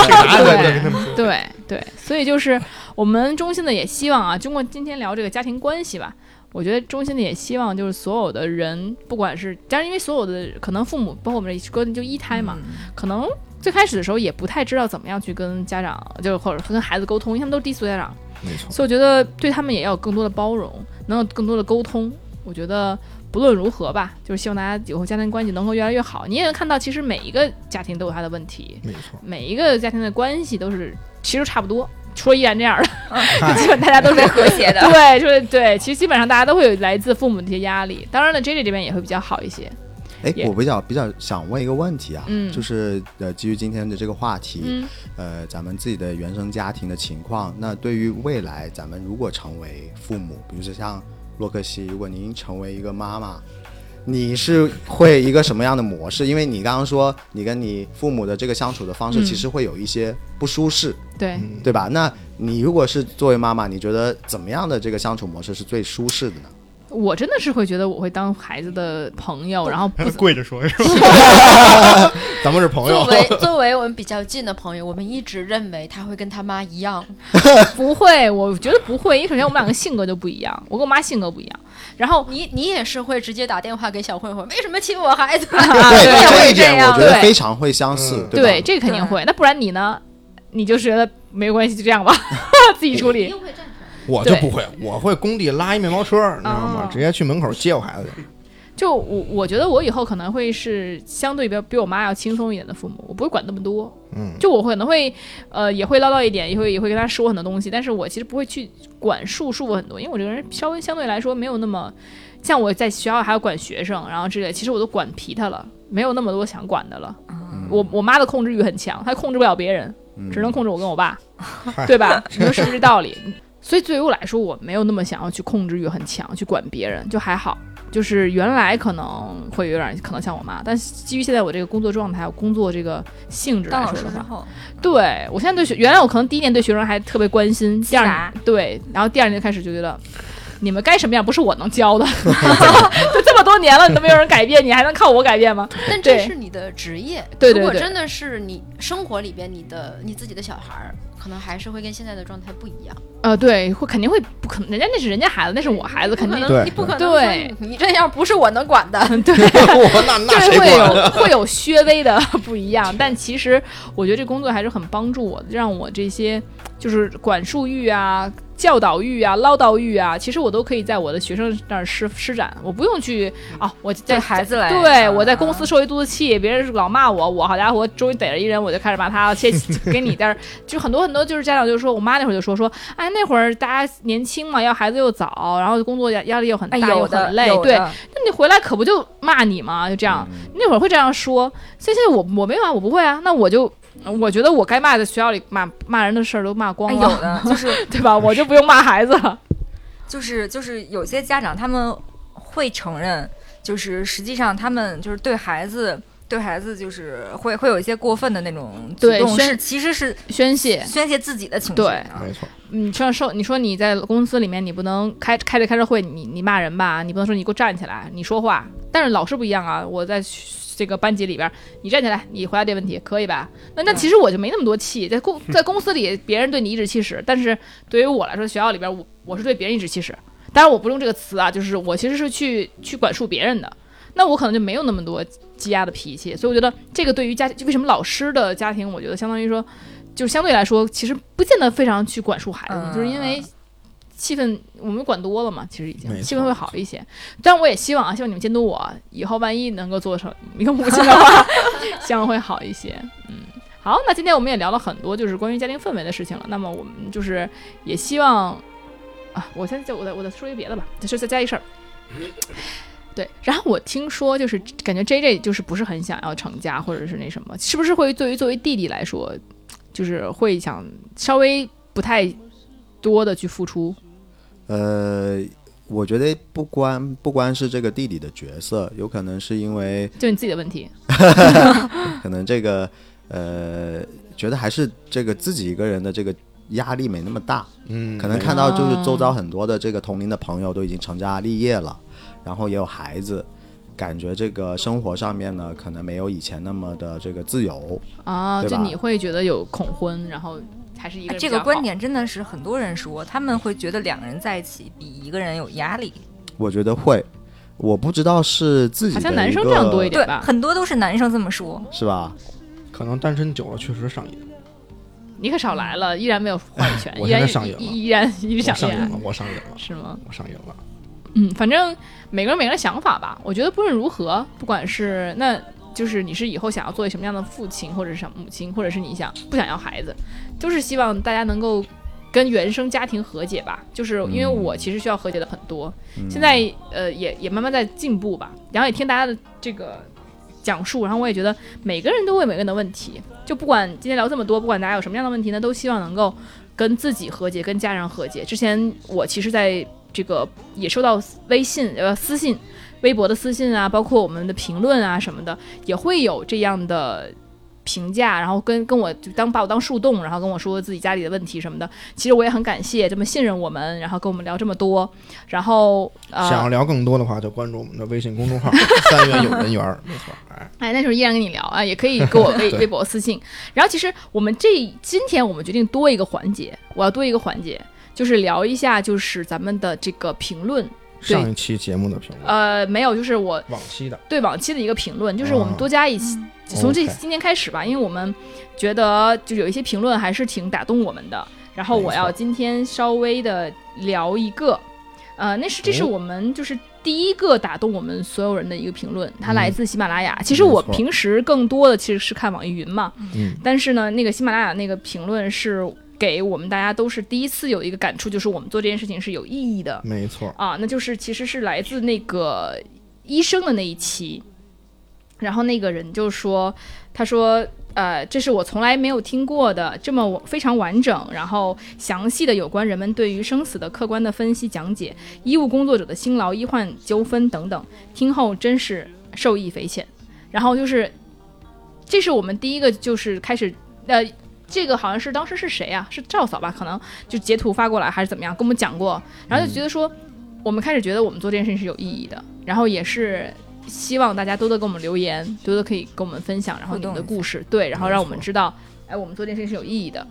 啥都跟他们说。
对对，所以就是我们衷心的也希望啊，经过今天聊这个家庭关系吧，我觉得衷心的也希望就是所有的人，不管是，但是因为所有的可能父母，包括我们这哥就一胎嘛，
嗯
可能最开始的时候也不太知道怎么样去跟家长，就是或者跟孩子沟通，因为他们都是低俗家长，
没错，
所以我觉得对他们也要有更多的包容，能有更多的沟通。我觉得不论如何吧，就是希望大家以后家庭关系能够越来越好。你也能看到，其实每一个家庭都有他的问题，
没错，
每一个家庭的关系都是其实差不多，除了依然这 样的， 就基本大家都是
和谐的。
对，就是对，其实基本上大家都会有来自父母的一些压力。当然了，J J 这边也会比较好一些。
哎，
也
我比较比较想问一个问题啊，
嗯
就是呃，基于今天的这个话题，
嗯
呃，咱们自己的原生家庭的情况，那对于未来咱们如果成为父母，比如说像洛克西，如果您成为一个妈妈，你是会一个什么样的模式？因为你刚刚说你跟你父母的这个相处的方式，
嗯
其实会有一些不舒适，
对，
对吧？那你如果是作为妈妈，你觉得怎么样的这个相处模式是最舒适的呢？
我真的是会觉得我会当孩子的朋友，然后不
跪着说是吧？
咱们
哎
是朋
作
友，
为作为我们比较近的朋友，我们一直认为他会跟他妈一样，
不会，我觉得不会，因为首先我们两个性格就不一样，我跟我妈性格不一样。然后
你你也是会直接打电话给小混混，为什么欺负我孩子？
啊对
我
这
也
一
这
点我
样
觉得
对
非常会相似，
嗯
对吧？
这个肯定会。那不然你呢？你就觉得没关系，就这样吧，自己处 理。
我就不会，我会工地拉一面包车，你知道吗
哦？
直接去门口接我孩子去。
就我我觉得我以后可能会是相对比比我妈要轻松一点的父母，我不会管那么多。
嗯，
就我会可能会呃也会唠叨一点，也会也会跟她说很多东西，但是我其实不会去管束束缚很多，因为我这个人稍微相对来说没有那么像我在学校还要管学生，然后之类，其实我都管皮他了，没有那么多想管的了。我我妈的控制欲很强，她控制不了别人，只能控制我跟我爸，对吧？你说是不是道理？所以对于我来说，我没有那么想要去控制欲很强，去管别人，就还好。就是原来可能会有点可能像我妈，但是基于现在我这个工作状态、我工作这个性质
当
来
老
说
师
的
之
话，
后，
对我现在对学，原来我可能第一年对学生还特别关心，第二年
啥
对，然后第二年就开始就觉得。你们该什么样不是我能教的，就这么多多年了，你都没有人改变，你还能靠我改变吗？
但这
对
是你的职业。
对对
如果
对
真的是你生活里边你的你自己的小孩儿，可能还是会跟现在的状态不一样。
呃，对，会肯定会不可能，人家那是人家孩子，那是我孩子，肯
不可
定
能，你不可能说
对
你你这样不是我能管的。
我 那那
就是
谁
会
管？
有会有略微的不一样， 但其实我觉得这工作还是很帮助我的，让我这些就是管束欲啊、教导欲啊、唠叨欲啊，其实我都可以在我的学生那儿施施展，我不用去啊，我在
对孩子来
对
啊
我在公司受一肚子气，别人老骂我，我好家伙，终于逮着一人，我就开始骂他， 切，给你这儿就很多很多就是家长就说，我妈那会儿就说说，哎，那会儿大家年轻嘛，要孩子又早，然后工作压压力又很大，
哎，
又
有的哎嗯
很累，
有
对，
的
那你回来可不就骂你吗？就这样，那会儿会这样说。所以现在我我没有啊，我不会啊。那我就我觉得我该骂的学校里骂骂人的事儿都骂光
哎，
了，
有的就是
对吧？我就不用骂孩子了。
就是就是有些家长他们会承认，就是实际上他们就是对孩子。对孩子就是会会有一些过分的那种举
对
动，
宣
是其实是
宣泄，
宣泄自己的情绪
对
啊。
没错，
你嗯像受你说你在公司里面，你不能开开着开着会，你你骂人吧，你不能说你给我站起来，你说话。但是老师不一样啊，我在学这个班级里边，你站起来，你回答这问题可以吧？那那其实我就没那么多气，在公在公司里别人对你颐指气使，但是对于我来说，学校里边我我是对别人颐指气使，当然我不用这个词啊，就是我其实是去去管束别人的。那我可能就没有那么多积压的脾气，所以我觉得这个对于家就为什么老师的家庭，我觉得相当于说，就相对来说，其实不见得非常去管束孩子，
嗯
就是因为气氛我们管多了嘛，其实已经
没错
气氛会好一些。但我也希望啊，希望你们监督我，以后万一能够做成一个母亲的 话， 希望会好一些。嗯，好，那今天我们也聊了很多，就是关于家庭氛围的事情了。那么我们就是也希望啊，我先就我再我再说一别的吧，就是再加一 事儿。对，然后我听说就是感觉 J J 就是不是很想要成家，或者是那什么，是不是会对于作为弟弟来说，就是会想稍微不太多的去付出？
呃，我觉得不光不光是这个弟弟的角色，有可能是 因为
就你自己的问题，
可能这个呃，觉得还是这个自己一个人的这个压力没那么大，
嗯，
可能看到就是周
啊
遭很多的这个同龄的朋友都已经成家立业了，然后也有孩子，感觉这个生活上面呢，可能没有以前那么的这个自由。
啊，
对
就
吧
你会觉得有恐婚，然后还是一个
哎
人
这
比较
个观
好，
点真的是很多人说，他们会觉得两个人在一起比一个人有压力。
我觉得会，我不知道是自己
好像
的
男
一
生
个
这样多一点
对
吧，
很多都是男生这么说。
是吧？
可能单身久了确实上瘾，
你可少来了，依然没有话语权，
我
依
现在
然
上瘾了
依依然依
我
然想
上
恋
瘾
爱
了，我上瘾了，
是吗？
我上瘾了。
嗯，反正每个人每个人想法吧。我觉得不论如何，不管是那就是你是以后想要做什么样的父亲，或者是想母亲，或者是你想不想要孩子，就是希望大家能够跟原生家庭和解吧。就是因为
嗯
我其实需要和解的很多，现在呃也也慢慢在进步吧。然后也听大家的这个讲述，然后我也觉得每个人都会有每个人的问题，就不管今天聊这么多，不管大家有什么样的问题呢，都希望能够跟自己和解，跟家人和解。之前我其实在这个也收到微信呃私信、微博的私信啊，包括我们的评论啊什么的，也会有这样的。评价，然后跟跟我就当把我当树洞，然后跟我说自己家里的问题什么的。其实我也很感谢这么信任我们，然后跟我们聊这么多。然后呃，
想要聊更多的话，就关注我们的微信公众号“三元有人缘儿”，没错，哎，
哎，那时候依然跟你聊啊，也可以给我微微博私信。然后其实我们这今天我们决定多一个环节，我要多一个环节，就是聊一下就是咱们的这个评论。对
上一期节目的评论，
呃，没有，就是我
往期的，
对往期的一个评论，就是我们
啊
多加一些，从这
OK
今天开始吧，因为我们觉得就有一些评论还是挺打动我们的。然后我
没
要
错
今天稍微的聊一个，呃，那是这是
哦
我们就是第一个打动我们所有人的一个评论，它
嗯
来自喜马拉雅。其实
没
我
错
平时更多的其实是看网易云嘛，
嗯，
但是呢，那个喜马拉雅那个评论是给我们大家都是第一次有一个感触，就是我们做这件事情是有意义的
没错，
啊，那就是其实是来自那个医生的那一期，然后那个人就说，他说。呃，这是我从来没有听过的这么非常完整，然后详细的有关人们对于生死的客观的分析讲解，医务工作者的辛劳、医患纠纷等等，听后真是受益匪浅。然后就是，这是我们第一个就是开始，呃，这个好像是当时是谁啊？是赵嫂吧？可能就截图发过来还是怎么样，跟我们讲过，然后就觉得说。我们开始觉得我们做这件事情是有意义的，然后也是希望大家多多给我们留言，多多可以跟我们分享，然后你们的
互动
故事，对，然后让我们知道，哎，我们做这件事情是有意义的。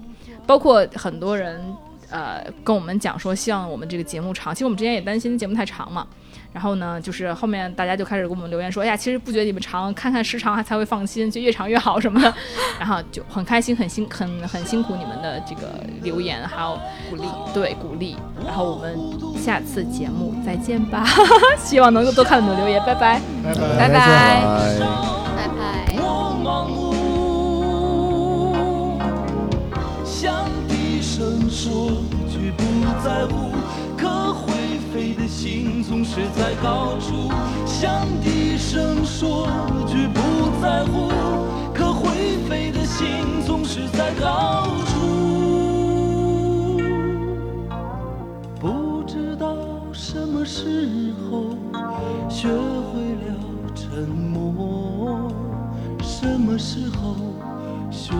包括很多人呃跟我们讲说，希望我们这个节目长，其实我们之前也担心节目太长嘛。然后呢，就是后面大家就开始给我们留言说，哎呀，其实不觉得你们长，看看时长才会放心，就越长越好什么的。 然后就很开心，很辛很很辛苦你们的这个留言，还有鼓励，对鼓励。然后我们下次节目再见吧， 希望能够多看你们的留言，拜拜。
拜拜。
拜拜
拜拜。
我盲目向低声说句不在乎，可会飞的心总是在高处。向低声说句不在乎，可会飞的心总是在高处。不知道什么时候学会了沉默，什么时候学